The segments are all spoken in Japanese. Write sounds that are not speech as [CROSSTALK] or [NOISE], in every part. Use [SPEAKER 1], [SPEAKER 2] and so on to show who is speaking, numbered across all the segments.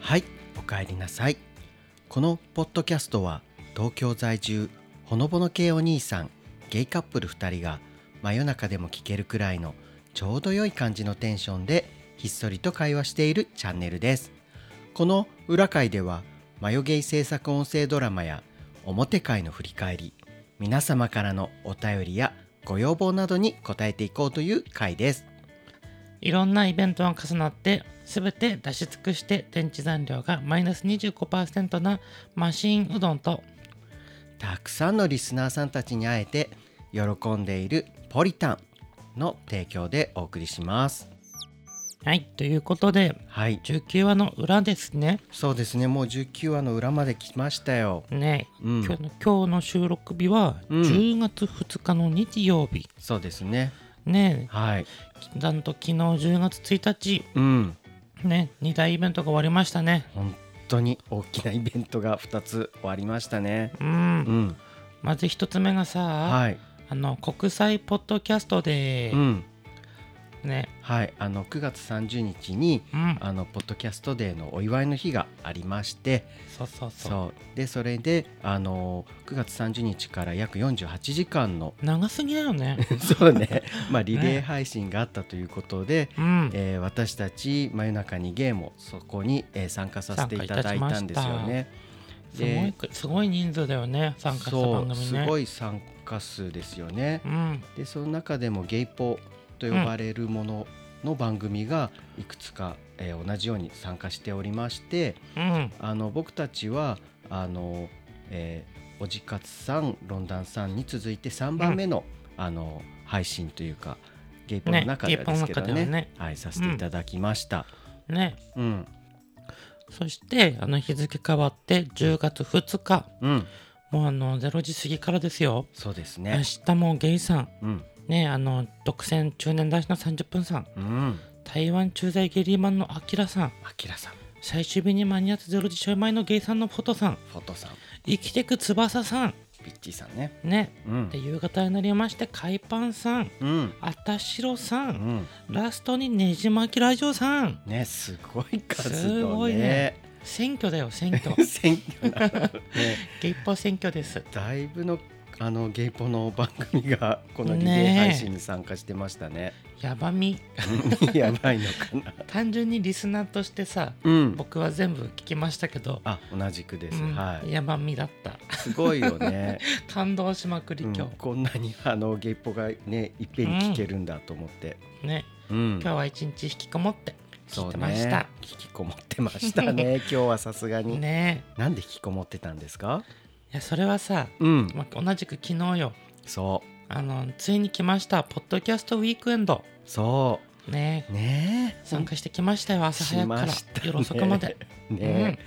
[SPEAKER 1] はいおかえりなさいこのポッドキャストは東京在住ほのぼの系お兄さんゲイカップル2人が真夜中でも聞けるくらいのちょうど良い感じのテンションでひっそりと会話しているチャンネルですこの裏会ではマヨゲイ制作音声ドラマや表会の振り返り皆様からのお便りやご要望などに答えていこうという回です
[SPEAKER 2] いろんなイベントが重なって、すべて出し尽くして電池残量がマイナス25%なマシーンうどんと、
[SPEAKER 1] たくさんのリスナーさんたちに会えて喜んでいるポリタンの提供でお送りします
[SPEAKER 2] はい、ということで、
[SPEAKER 1] はい
[SPEAKER 2] 19話の裏ですね。
[SPEAKER 1] そうですねもう19話の裏まで来ましたよ
[SPEAKER 2] ね、
[SPEAKER 1] うん
[SPEAKER 2] 今日の今日の収録日は
[SPEAKER 1] うん
[SPEAKER 2] 10月2日の日曜日。
[SPEAKER 1] そうですね
[SPEAKER 2] ね、
[SPEAKER 1] はい
[SPEAKER 2] なんと昨日10月1日、
[SPEAKER 1] うん
[SPEAKER 2] ね、2大イベントが終わりましたね。
[SPEAKER 1] 本当に大きなイベントが2つ終わりましたね
[SPEAKER 2] う、
[SPEAKER 1] うんん
[SPEAKER 2] まず1つ目がさ、
[SPEAKER 1] はい
[SPEAKER 2] あの国際ポッドキャストで
[SPEAKER 1] う、ん
[SPEAKER 2] ね、
[SPEAKER 1] はいあの9月30日に
[SPEAKER 2] うん、
[SPEAKER 1] あのポッドキャストデーのお祝いの日がありまして
[SPEAKER 2] そうそうそう。
[SPEAKER 1] そうでそれであの9月30日から約48時間の
[SPEAKER 2] 長すぎだよね。 [LAUGHS]
[SPEAKER 1] そうね、まあ、リレー配信があったということで、
[SPEAKER 2] うん、
[SPEAKER 1] えー私たち真夜中にゲームをそこに、えー参加させていただいたんですよね。
[SPEAKER 2] すごいくすごい人数だよね参加した番組ね
[SPEAKER 1] そうすごい参加数ですよね
[SPEAKER 2] う。ん
[SPEAKER 1] でその中でもゲイポと呼ばれるものの番組がいくつか、えー同じように参加しておりまして
[SPEAKER 2] うん
[SPEAKER 1] あの僕たちはあの、えーおじかつさんロンダンさんに続いて3番目の,、あの配信というかゲイポの中ではですけどね
[SPEAKER 2] ねゲイポの中ではね
[SPEAKER 1] はい、させていただきました。
[SPEAKER 2] ね
[SPEAKER 1] うん、
[SPEAKER 2] そしてあの日付変わって10月2日
[SPEAKER 1] うん、
[SPEAKER 2] もうあの0時過ぎからですよ
[SPEAKER 1] そうです
[SPEAKER 2] 明
[SPEAKER 1] ね。
[SPEAKER 2] 日もゲイさん
[SPEAKER 1] うん、
[SPEAKER 2] ねあの独占中年男子の30分さん
[SPEAKER 1] うん、
[SPEAKER 2] 台湾駐在ゲリーマンのアキラさん
[SPEAKER 1] あきらさん、
[SPEAKER 2] 最終日に間に合って0時ちょい前のゲイさんのフォトさん
[SPEAKER 1] フォトさん、
[SPEAKER 2] 生きてく翼さん
[SPEAKER 1] ピッチーさんね。
[SPEAKER 2] ね
[SPEAKER 1] うん
[SPEAKER 2] で、夕方になりまして海パンさん
[SPEAKER 1] うん、
[SPEAKER 2] あたしろさ
[SPEAKER 1] うんん、
[SPEAKER 2] ラストにねじまきラジオさん
[SPEAKER 1] ね、すごい数だね。
[SPEAKER 2] すごいね選挙だよ選挙
[SPEAKER 1] 選挙なのね。
[SPEAKER 2] ゲイポ選挙です
[SPEAKER 1] だいぶのあのゲイポの番組がこのリレー配信に参加してましたね。
[SPEAKER 2] やばみ
[SPEAKER 1] [LAUGHS] やばいのかな。
[SPEAKER 2] 単純にリスナーとしてさ
[SPEAKER 1] うん。
[SPEAKER 2] 僕は全部聞きましたけど、
[SPEAKER 1] あ、同じくです。
[SPEAKER 2] うん
[SPEAKER 1] はい。
[SPEAKER 2] やばみだった [LAUGHS]
[SPEAKER 1] すごいよね。
[SPEAKER 2] 感動しまくり
[SPEAKER 1] うん
[SPEAKER 2] 今
[SPEAKER 1] こんなにあのゲイポがねいっぺんに聞けるんだと思って。
[SPEAKER 2] 日ね
[SPEAKER 1] うん
[SPEAKER 2] 今日は一日引きこもって
[SPEAKER 1] そう
[SPEAKER 2] 聞い
[SPEAKER 1] ね
[SPEAKER 2] てました
[SPEAKER 1] 聞きこもってました
[SPEAKER 2] [LAUGHS]
[SPEAKER 1] ね今日はさすが
[SPEAKER 2] ね
[SPEAKER 1] に、なんで引きこもってたんですか
[SPEAKER 2] いやそれはさ、
[SPEAKER 1] うん
[SPEAKER 2] ま、同じく昨日よ
[SPEAKER 1] そ
[SPEAKER 2] あのついに来ましたポッドキャストウィークエンド
[SPEAKER 1] うそ
[SPEAKER 2] ね
[SPEAKER 1] うねえ
[SPEAKER 2] 参加してきましたよ朝早くか
[SPEAKER 1] し
[SPEAKER 2] ら
[SPEAKER 1] ましたね
[SPEAKER 2] 夜遅くまで
[SPEAKER 1] [LAUGHS] ねえ、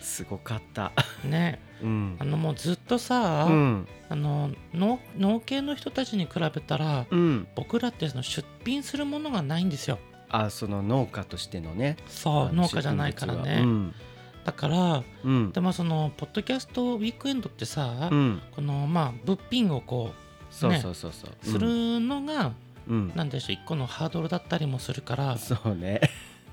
[SPEAKER 1] すごか
[SPEAKER 2] [LAUGHS]
[SPEAKER 1] った
[SPEAKER 2] ね
[SPEAKER 1] うん
[SPEAKER 2] あのもうずっとさ、
[SPEAKER 1] うん
[SPEAKER 2] あの農農系の人たちに比べたら
[SPEAKER 1] うん
[SPEAKER 2] 僕らってその出品するものがないんですよ
[SPEAKER 1] あその農家としてのね
[SPEAKER 2] そう農家じゃないからね、
[SPEAKER 1] うん
[SPEAKER 2] だから
[SPEAKER 1] うん
[SPEAKER 2] でもそのポッドキャストウィークエンドってさ、
[SPEAKER 1] うん
[SPEAKER 2] このまあ物品をこ
[SPEAKER 1] そうそうそうそう、
[SPEAKER 2] うするのが、
[SPEAKER 1] うん、
[SPEAKER 2] なんでしょう一個のハードルだったりもするから、
[SPEAKER 1] そうね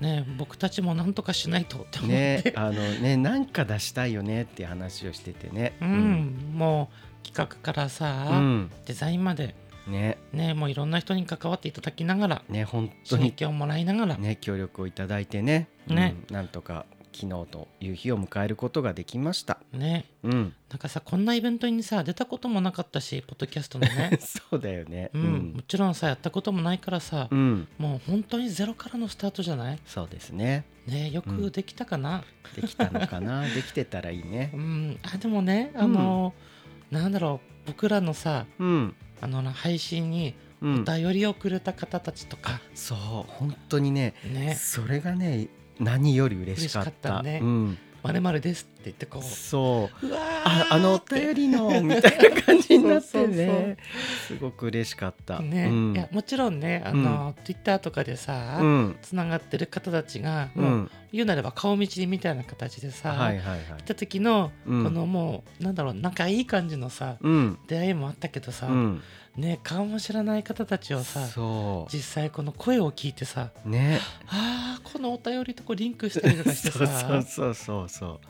[SPEAKER 2] ね、僕たちもなんとかしないとって思って、
[SPEAKER 1] [LAUGHS]
[SPEAKER 2] [LAUGHS]
[SPEAKER 1] ねあのねなんか出したいよねって話をしててね
[SPEAKER 2] うん、もう企画からさ、
[SPEAKER 1] うん
[SPEAKER 2] デザインまで、
[SPEAKER 1] うんね
[SPEAKER 2] ね、もういろんな人に関わっていただきながら
[SPEAKER 1] ね本当
[SPEAKER 2] 刺
[SPEAKER 1] に
[SPEAKER 2] 激をもらいながら、
[SPEAKER 1] ね、協力をいただいてね
[SPEAKER 2] ね
[SPEAKER 1] うんなんとか昨日という日を迎えることができました。
[SPEAKER 2] ね
[SPEAKER 1] うん、
[SPEAKER 2] なんかさこんなイベントにさ出たこともなかったしポッドキャストのね、
[SPEAKER 1] そうだよね。
[SPEAKER 2] うんもちろんさやったこともないからさ、
[SPEAKER 1] うん、うん
[SPEAKER 2] もう本当にゼロからのスタートじゃない
[SPEAKER 1] そうですね。
[SPEAKER 2] ねよ
[SPEAKER 1] う
[SPEAKER 2] く
[SPEAKER 1] ん
[SPEAKER 2] できたかな
[SPEAKER 1] できたのかな、できてたらいいね
[SPEAKER 2] う。ん、あでもねあの、なんだろう僕らのさ
[SPEAKER 1] うん、
[SPEAKER 2] あの配信に
[SPEAKER 1] う
[SPEAKER 2] お
[SPEAKER 1] ん、
[SPEAKER 2] 便りをくれた方たちとか、
[SPEAKER 1] そう、本当にね、
[SPEAKER 2] ね
[SPEAKER 1] それがね、何より嬉しかった。
[SPEAKER 2] 嬉しかったね
[SPEAKER 1] うん、
[SPEAKER 2] まるまるですっって言ってこう
[SPEAKER 1] そう
[SPEAKER 2] うわー
[SPEAKER 1] ああのお
[SPEAKER 2] って
[SPEAKER 1] 便りのみたいな感じになって
[SPEAKER 2] そうそうそ
[SPEAKER 1] ね
[SPEAKER 2] う
[SPEAKER 1] すごく嬉しかった。
[SPEAKER 2] ね、
[SPEAKER 1] うん
[SPEAKER 2] いやもちろんねあの、Twitter とかでさ、
[SPEAKER 1] うん
[SPEAKER 2] つながってる方たちが、
[SPEAKER 1] う
[SPEAKER 2] もうん言うなれば顔見知りみたいな形でさ、
[SPEAKER 1] はいはいはい。
[SPEAKER 2] 来た時の、
[SPEAKER 1] うん
[SPEAKER 2] このもうなんだろう仲いい感じのさ、
[SPEAKER 1] うん
[SPEAKER 2] 出会いもあったけどさ、
[SPEAKER 1] うん
[SPEAKER 2] ね顔も知らない方たちをさ
[SPEAKER 1] そ
[SPEAKER 2] 実際この声を聞いてさ
[SPEAKER 1] うね。
[SPEAKER 2] あーこのお便りとこうリンクしたりとかし
[SPEAKER 1] [LAUGHS]
[SPEAKER 2] て
[SPEAKER 1] そうそう
[SPEAKER 2] さ
[SPEAKER 1] そうそうそ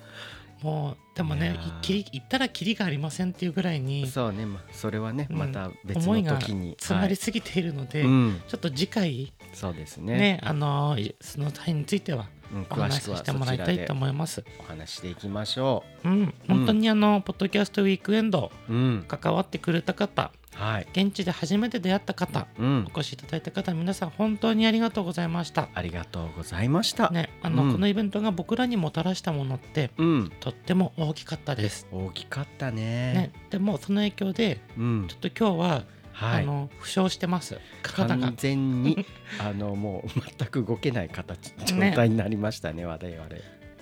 [SPEAKER 2] もうでも
[SPEAKER 1] い
[SPEAKER 2] ね
[SPEAKER 1] やー。
[SPEAKER 2] いきり言ったらキリがありませんっていうぐらいうに
[SPEAKER 1] そうね、まそれはね、
[SPEAKER 2] うん
[SPEAKER 1] また別
[SPEAKER 2] 思い
[SPEAKER 1] の
[SPEAKER 2] が
[SPEAKER 1] 時に。
[SPEAKER 2] 詰まりすぎているので、
[SPEAKER 1] はいうん、
[SPEAKER 2] ちょっと次回
[SPEAKER 1] そうです
[SPEAKER 2] ね
[SPEAKER 1] ね。
[SPEAKER 2] あのーその際については
[SPEAKER 1] うん、
[SPEAKER 2] お
[SPEAKER 1] 詳し
[SPEAKER 2] 話し
[SPEAKER 1] くは
[SPEAKER 2] し
[SPEAKER 1] そ
[SPEAKER 2] てもら
[SPEAKER 1] ち
[SPEAKER 2] い
[SPEAKER 1] ら
[SPEAKER 2] たい
[SPEAKER 1] で
[SPEAKER 2] と思います。
[SPEAKER 1] お話ししていきましょ
[SPEAKER 2] うん、本当にあの、ポッドキャストウィークエンド
[SPEAKER 1] う。うん、
[SPEAKER 2] 関わってくれた方
[SPEAKER 1] はい。
[SPEAKER 2] 現地で初めて出会った方
[SPEAKER 1] うん
[SPEAKER 2] お、越しいただいた方皆さん本当にありがとうございました。
[SPEAKER 1] ありがとうございました。
[SPEAKER 2] ね、あの、
[SPEAKER 1] うん
[SPEAKER 2] このイベントが僕らにもたらしたものって
[SPEAKER 1] うん、
[SPEAKER 2] とっても大きかったです。
[SPEAKER 1] 大きかったね。
[SPEAKER 2] ね、でもその影響で
[SPEAKER 1] うん
[SPEAKER 2] ちょ、っと今日は、
[SPEAKER 1] はい
[SPEAKER 2] あ。の負傷してます肩が
[SPEAKER 1] 完。全 [LAUGHS] にあのもう全く動けない形状態になりましたね我々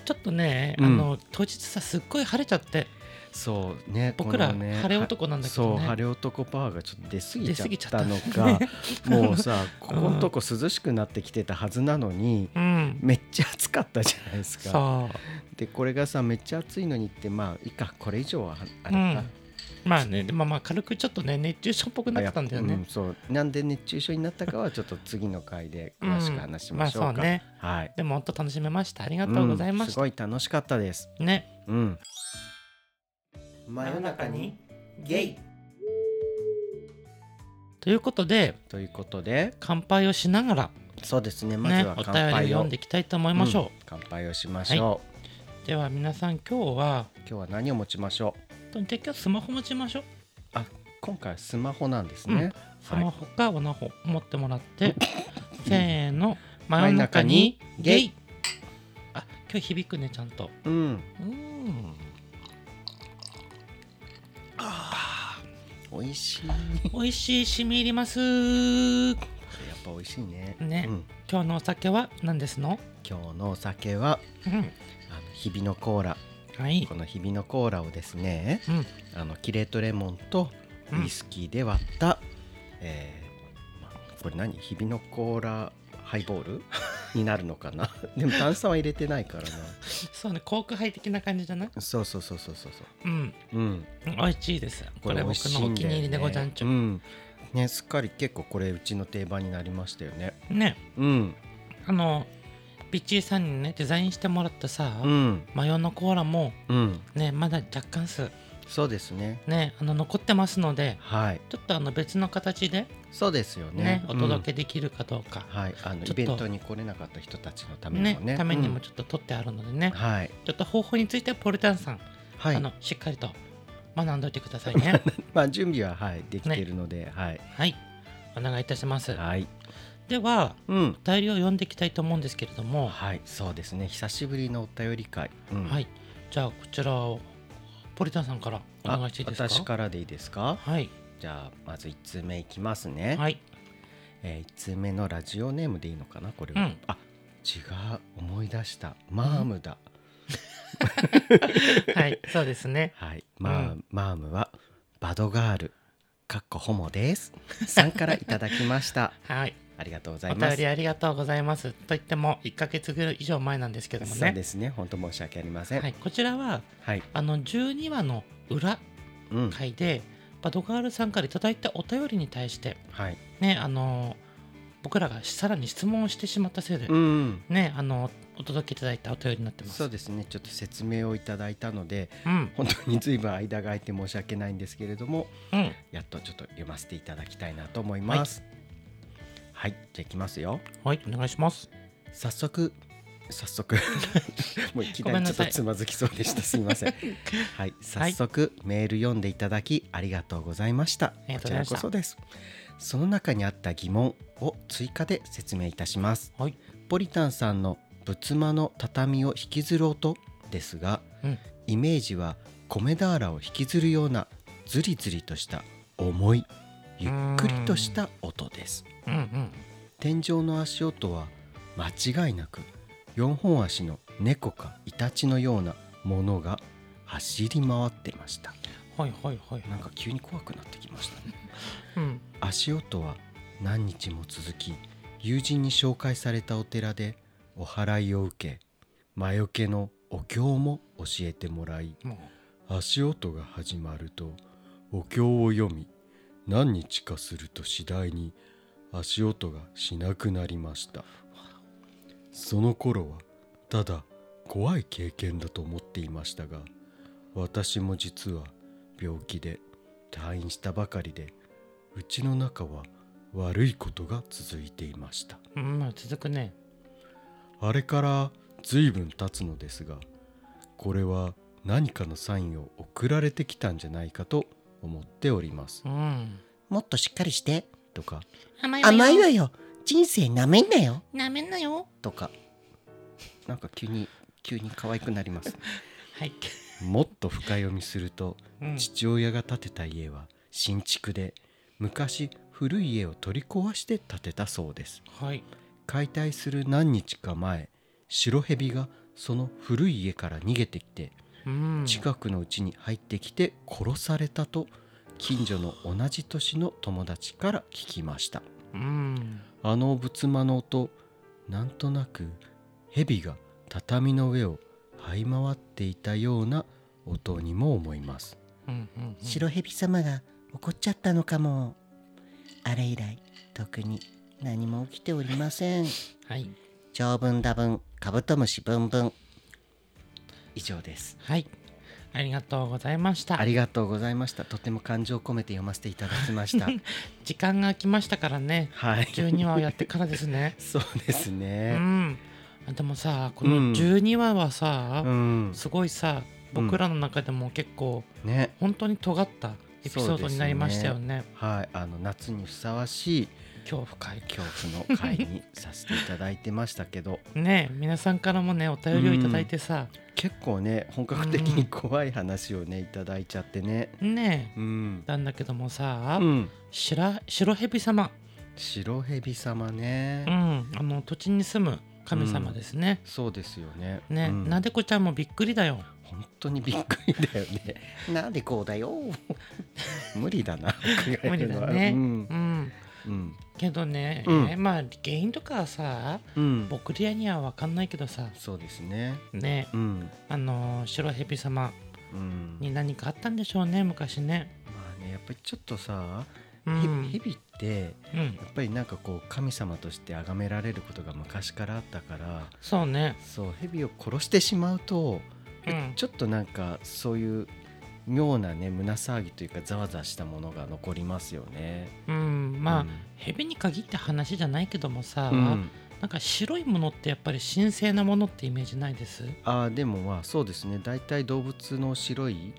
[SPEAKER 2] ちょっとね、
[SPEAKER 1] うん
[SPEAKER 2] あの当日さすっごい晴れちゃって
[SPEAKER 1] そうね
[SPEAKER 2] 僕ら
[SPEAKER 1] このね
[SPEAKER 2] 晴れ男なんだけ
[SPEAKER 1] そ
[SPEAKER 2] ど
[SPEAKER 1] う
[SPEAKER 2] ね。
[SPEAKER 1] 晴れ男パワーがちょっと出過ぎ
[SPEAKER 2] 出過ぎ
[SPEAKER 1] ち
[SPEAKER 2] ち
[SPEAKER 1] ゃ
[SPEAKER 2] ゃ
[SPEAKER 1] っ
[SPEAKER 2] ったた
[SPEAKER 1] のか [LAUGHS] もうさここ
[SPEAKER 2] うん
[SPEAKER 1] のとこ涼しくなってきてたはずなのに、
[SPEAKER 2] うん。
[SPEAKER 1] めっちゃ暑かったじゃないですか
[SPEAKER 2] そ
[SPEAKER 1] でこれがさめっちゃ暑いのにってまあいいかこれ以上はあ
[SPEAKER 2] う。う
[SPEAKER 1] れか
[SPEAKER 2] ん。まあね、でもまあ軽くちょっとね熱中症っぽくなってたんだよ
[SPEAKER 1] う
[SPEAKER 2] ね。
[SPEAKER 1] そうなんで熱中症になったかはちょっと次の回で詳しく話しましょうか、
[SPEAKER 2] んまあそうね。
[SPEAKER 1] はい
[SPEAKER 2] でも本当楽しめました。ありがとうございま
[SPEAKER 1] ん
[SPEAKER 2] し
[SPEAKER 1] す
[SPEAKER 2] た。
[SPEAKER 1] ごい楽しかったです
[SPEAKER 2] ね。
[SPEAKER 1] うん。
[SPEAKER 2] 真
[SPEAKER 1] 真
[SPEAKER 2] 夜中にゲ
[SPEAKER 1] イ
[SPEAKER 2] ということで
[SPEAKER 1] ということで、
[SPEAKER 2] 乾杯をしながら
[SPEAKER 1] そうですね。まず
[SPEAKER 2] ね、
[SPEAKER 1] は
[SPEAKER 2] お
[SPEAKER 1] 乾
[SPEAKER 2] 便りを
[SPEAKER 1] 杯を
[SPEAKER 2] 読んでいきたいと思いましょ
[SPEAKER 1] うん乾杯をしましょ
[SPEAKER 2] う、では皆さん今日は
[SPEAKER 1] う。今日は何を持ちましょう。
[SPEAKER 2] じゃあ今日スマホ持ちましょう
[SPEAKER 1] 今回はスマホなんですね。
[SPEAKER 2] スマ
[SPEAKER 1] はい。
[SPEAKER 2] ホかオナホ持ってもらって、 [LAUGHS] せーの真夜中にゲイあ今日響くねちゃんと
[SPEAKER 1] うん。
[SPEAKER 2] うーん
[SPEAKER 1] 美味しい。や
[SPEAKER 2] 美味しいしみ入ります今
[SPEAKER 1] っぱ美味しいね。
[SPEAKER 2] ね
[SPEAKER 1] うん
[SPEAKER 2] 日のお酒は何ですの、
[SPEAKER 1] 今日のお酒は
[SPEAKER 2] うん、
[SPEAKER 1] あの日々のコーラ。
[SPEAKER 2] はい
[SPEAKER 1] この日々のコーラをですね、
[SPEAKER 2] うん
[SPEAKER 1] あのキレートレモンと
[SPEAKER 2] うん
[SPEAKER 1] ウイスキーで割った、えーまあこれ何日々のコーラハイボールになるのかな [LAUGHS] でも炭酸は入れてないからな
[SPEAKER 2] そうね航空杯的な感じじゃない
[SPEAKER 1] そうそうそうそうそうそ
[SPEAKER 2] うん
[SPEAKER 1] ううん
[SPEAKER 2] 美味しいですこれ僕のお気に入りでござんち
[SPEAKER 1] う
[SPEAKER 2] ょ
[SPEAKER 1] んねすっかり結構これうちの定番になりましたよね
[SPEAKER 2] ね
[SPEAKER 1] うん
[SPEAKER 2] あのビッチーさんにねデザインしてもらったさ、
[SPEAKER 1] うん
[SPEAKER 2] マヨのコーラも
[SPEAKER 1] うん
[SPEAKER 2] ねまだ若干数
[SPEAKER 1] そうですね
[SPEAKER 2] ねあの残ってますので
[SPEAKER 1] はい
[SPEAKER 2] ちょっとあの別の形で
[SPEAKER 1] そうですよね
[SPEAKER 2] ねお届
[SPEAKER 1] け、
[SPEAKER 2] けできるかどうか、
[SPEAKER 1] うんはいあのイ
[SPEAKER 2] ちょっと
[SPEAKER 1] ベントに来れなかった人たちのために
[SPEAKER 2] ね
[SPEAKER 1] もね
[SPEAKER 2] ために
[SPEAKER 1] う
[SPEAKER 2] も
[SPEAKER 1] ん
[SPEAKER 2] ちょっと取ってあるのでね、
[SPEAKER 1] はい
[SPEAKER 2] ちょっと方法についてはポルタンさん、
[SPEAKER 1] はい
[SPEAKER 2] あのしっかりと学んでおいてください
[SPEAKER 1] [LAUGHS]
[SPEAKER 2] ね
[SPEAKER 1] まあ準備ははいできているので、はい
[SPEAKER 2] はいお願いいたします
[SPEAKER 1] はい
[SPEAKER 2] では
[SPEAKER 1] うん
[SPEAKER 2] お便りを読んでいきたいと思うんですけれども、
[SPEAKER 1] はいそうですね久しぶりのお便り会、うん
[SPEAKER 2] はいじゃあこちらをポリタンさんからお
[SPEAKER 1] あ
[SPEAKER 2] 願いしていいですか
[SPEAKER 1] 私からでいいですか
[SPEAKER 2] はい
[SPEAKER 1] じゃあまず一通目いきますね、
[SPEAKER 2] はい
[SPEAKER 1] えー、1通目のラジオネームでいいのかなこれは、
[SPEAKER 2] うん
[SPEAKER 1] あ違う思い出したマームだ、
[SPEAKER 2] はいそうですね
[SPEAKER 1] はいまあ、
[SPEAKER 2] う
[SPEAKER 1] マームはバドガールかっこホモ
[SPEAKER 2] [LAUGHS]
[SPEAKER 1] ですさんからいただきました
[SPEAKER 2] はい
[SPEAKER 1] ありがとうござい
[SPEAKER 2] お
[SPEAKER 1] ます
[SPEAKER 2] 便りありがとうございます。と言っても1ヶ月ぐらい以上前なんですけども
[SPEAKER 1] そう
[SPEAKER 2] ね
[SPEAKER 1] で。すね本当申し訳ありません
[SPEAKER 2] はい、こちらは
[SPEAKER 1] はい、
[SPEAKER 2] あの12話の裏
[SPEAKER 1] うん
[SPEAKER 2] 回でバドガールさんからいただいたお便りに対して
[SPEAKER 1] はい
[SPEAKER 2] ねあの僕らがさらに質問をしてしまったせいで、
[SPEAKER 1] うん
[SPEAKER 2] ねあのお届けいただいたお便りになってます。
[SPEAKER 1] そうですねちょっと説明をいただいたので
[SPEAKER 2] うん
[SPEAKER 1] 本当に随分間が空いて申し訳ないんですけれども
[SPEAKER 2] うん
[SPEAKER 1] やっとちょっと読ませていただきたいなと思いますはい、じゃあいきますよ
[SPEAKER 2] はいお願いします。
[SPEAKER 1] 早速早 [LAUGHS] 速もういきな
[SPEAKER 2] ごめ
[SPEAKER 1] りちょっと
[SPEAKER 2] んなさい
[SPEAKER 1] つまずきそうでしたすいませんはい早速メール読んでいただきありがとうございました
[SPEAKER 2] りが
[SPEAKER 1] こと
[SPEAKER 2] う
[SPEAKER 1] ちら
[SPEAKER 2] ございました
[SPEAKER 1] こそですその中にあった疑問を追加で説明いたします
[SPEAKER 2] はい
[SPEAKER 1] ポリタンさんの仏間の畳を引きずる音ですが、
[SPEAKER 2] うん
[SPEAKER 1] イメージは米俵を引きずるようなズリズリとした重いゆっくりとした音です
[SPEAKER 2] うんうん
[SPEAKER 1] 天井の足音は間違いなく4本足の猫かイタチのようなものが走り回っていました
[SPEAKER 2] はいはいはい
[SPEAKER 1] なんか急に怖くなってきましたね
[SPEAKER 2] うん
[SPEAKER 1] 足音は何日も続き友人に紹介されたお寺でお祓いを受け魔除けのお経も教えてもらい
[SPEAKER 2] もう
[SPEAKER 1] 足音が始まるとお経を読み何日かすると次第に足音がしなくなりましたその頃はただ怖い経験だと思っていましたが私も実は病気で退院したばかりでうちの中は悪いことが続いていました
[SPEAKER 2] うんまあ続くね
[SPEAKER 1] あれから随分経つのですがこれは何かのサインを送られてきたんじゃないかと思っております
[SPEAKER 2] うん
[SPEAKER 1] もっとしっかりしてとか
[SPEAKER 2] 甘い
[SPEAKER 1] 甘いわよ人生なめんなよ
[SPEAKER 2] なめんなよ
[SPEAKER 1] とかなんか急に急に可愛くなります
[SPEAKER 2] はい、
[SPEAKER 1] もっと深読みすると
[SPEAKER 2] うん、
[SPEAKER 1] 父親が建てた家は新築で昔古い家を取り壊して建てたそうです
[SPEAKER 2] はい
[SPEAKER 1] 解体する何日か前白蛇がその古い家から逃げてきて
[SPEAKER 2] うん
[SPEAKER 1] 近くのうちに入ってきて殺されたと近所の同じ年の友達から聞きました
[SPEAKER 2] うん
[SPEAKER 1] あの仏間の音なんとなく蛇が畳の上を這い回っていたような音にも思います
[SPEAKER 2] うんうんうん
[SPEAKER 3] 白蛇様が怒っちゃったのかもあれ以来特に何も起きておりません
[SPEAKER 2] はい
[SPEAKER 3] 長文多文カブトムシブンブン
[SPEAKER 1] 以上です
[SPEAKER 2] はいありがとうございました
[SPEAKER 1] ありがとうございましたとても感情を込めて読ませていただきま [LAUGHS] した
[SPEAKER 2] 時間が空きましたからね
[SPEAKER 1] はい
[SPEAKER 2] 12話をやってからですね
[SPEAKER 1] そうです
[SPEAKER 2] う
[SPEAKER 1] [LAUGHS] ね、
[SPEAKER 2] んあでもさこ
[SPEAKER 1] う
[SPEAKER 2] の
[SPEAKER 1] ん
[SPEAKER 2] 12話はさ、
[SPEAKER 1] うん、
[SPEAKER 2] すごいさ僕らの中でも結構
[SPEAKER 1] ね
[SPEAKER 2] 本当に尖ったエピソードになりましたよね
[SPEAKER 1] はい、あの夏にふさわしい
[SPEAKER 2] 恐怖会
[SPEAKER 1] 恐怖の回にさせていただいてましたけど
[SPEAKER 2] ねえ皆さんからもねお便りをいただいてさ、
[SPEAKER 1] 結構ね本格的に怖い話をねいただいちゃってね
[SPEAKER 2] ね
[SPEAKER 1] うん
[SPEAKER 2] え、なんだけどもさ、
[SPEAKER 1] うん、
[SPEAKER 2] しら白蛇様、
[SPEAKER 1] 白蛇様ね、
[SPEAKER 2] うん、あの土地に住む神様ですね、
[SPEAKER 1] そうですよね
[SPEAKER 2] ね、
[SPEAKER 1] うん
[SPEAKER 2] なでこちゃんもびっくりだよ
[SPEAKER 1] 本当にびっくりだよ
[SPEAKER 2] [LAUGHS]
[SPEAKER 1] ね
[SPEAKER 3] なんでこうだよ
[SPEAKER 1] 無理だな
[SPEAKER 2] 無理だね
[SPEAKER 1] う
[SPEAKER 2] うんん
[SPEAKER 1] うん
[SPEAKER 2] けどね、
[SPEAKER 1] うん
[SPEAKER 2] まあ原因とかはさ
[SPEAKER 1] うん
[SPEAKER 2] 僕らには分かんないけどさ
[SPEAKER 1] そうですね
[SPEAKER 2] ね
[SPEAKER 1] うん
[SPEAKER 2] あのー白蛇様
[SPEAKER 1] うん
[SPEAKER 2] に何かあったんでしょうね昔ね
[SPEAKER 1] まあねやっぱりちょっとさ、
[SPEAKER 2] う
[SPEAKER 1] へ
[SPEAKER 2] ん
[SPEAKER 1] 蛇って
[SPEAKER 2] うん
[SPEAKER 1] やっぱりなんかこう神様として崇められることが昔からあったから
[SPEAKER 2] そうね
[SPEAKER 1] そう蛇を殺してしまうと、
[SPEAKER 2] うん
[SPEAKER 1] ちょっとなんかそういう妙なね胸騒ぎというかざわざわしたものが残りますよね。
[SPEAKER 2] うんまあ、
[SPEAKER 1] うん
[SPEAKER 2] 蛇に限って話じゃないけどもさ、
[SPEAKER 1] うん
[SPEAKER 2] なんか白いものってやっぱり神聖なものってイメージないです
[SPEAKER 1] あーでもまあそうですね大体動物の白い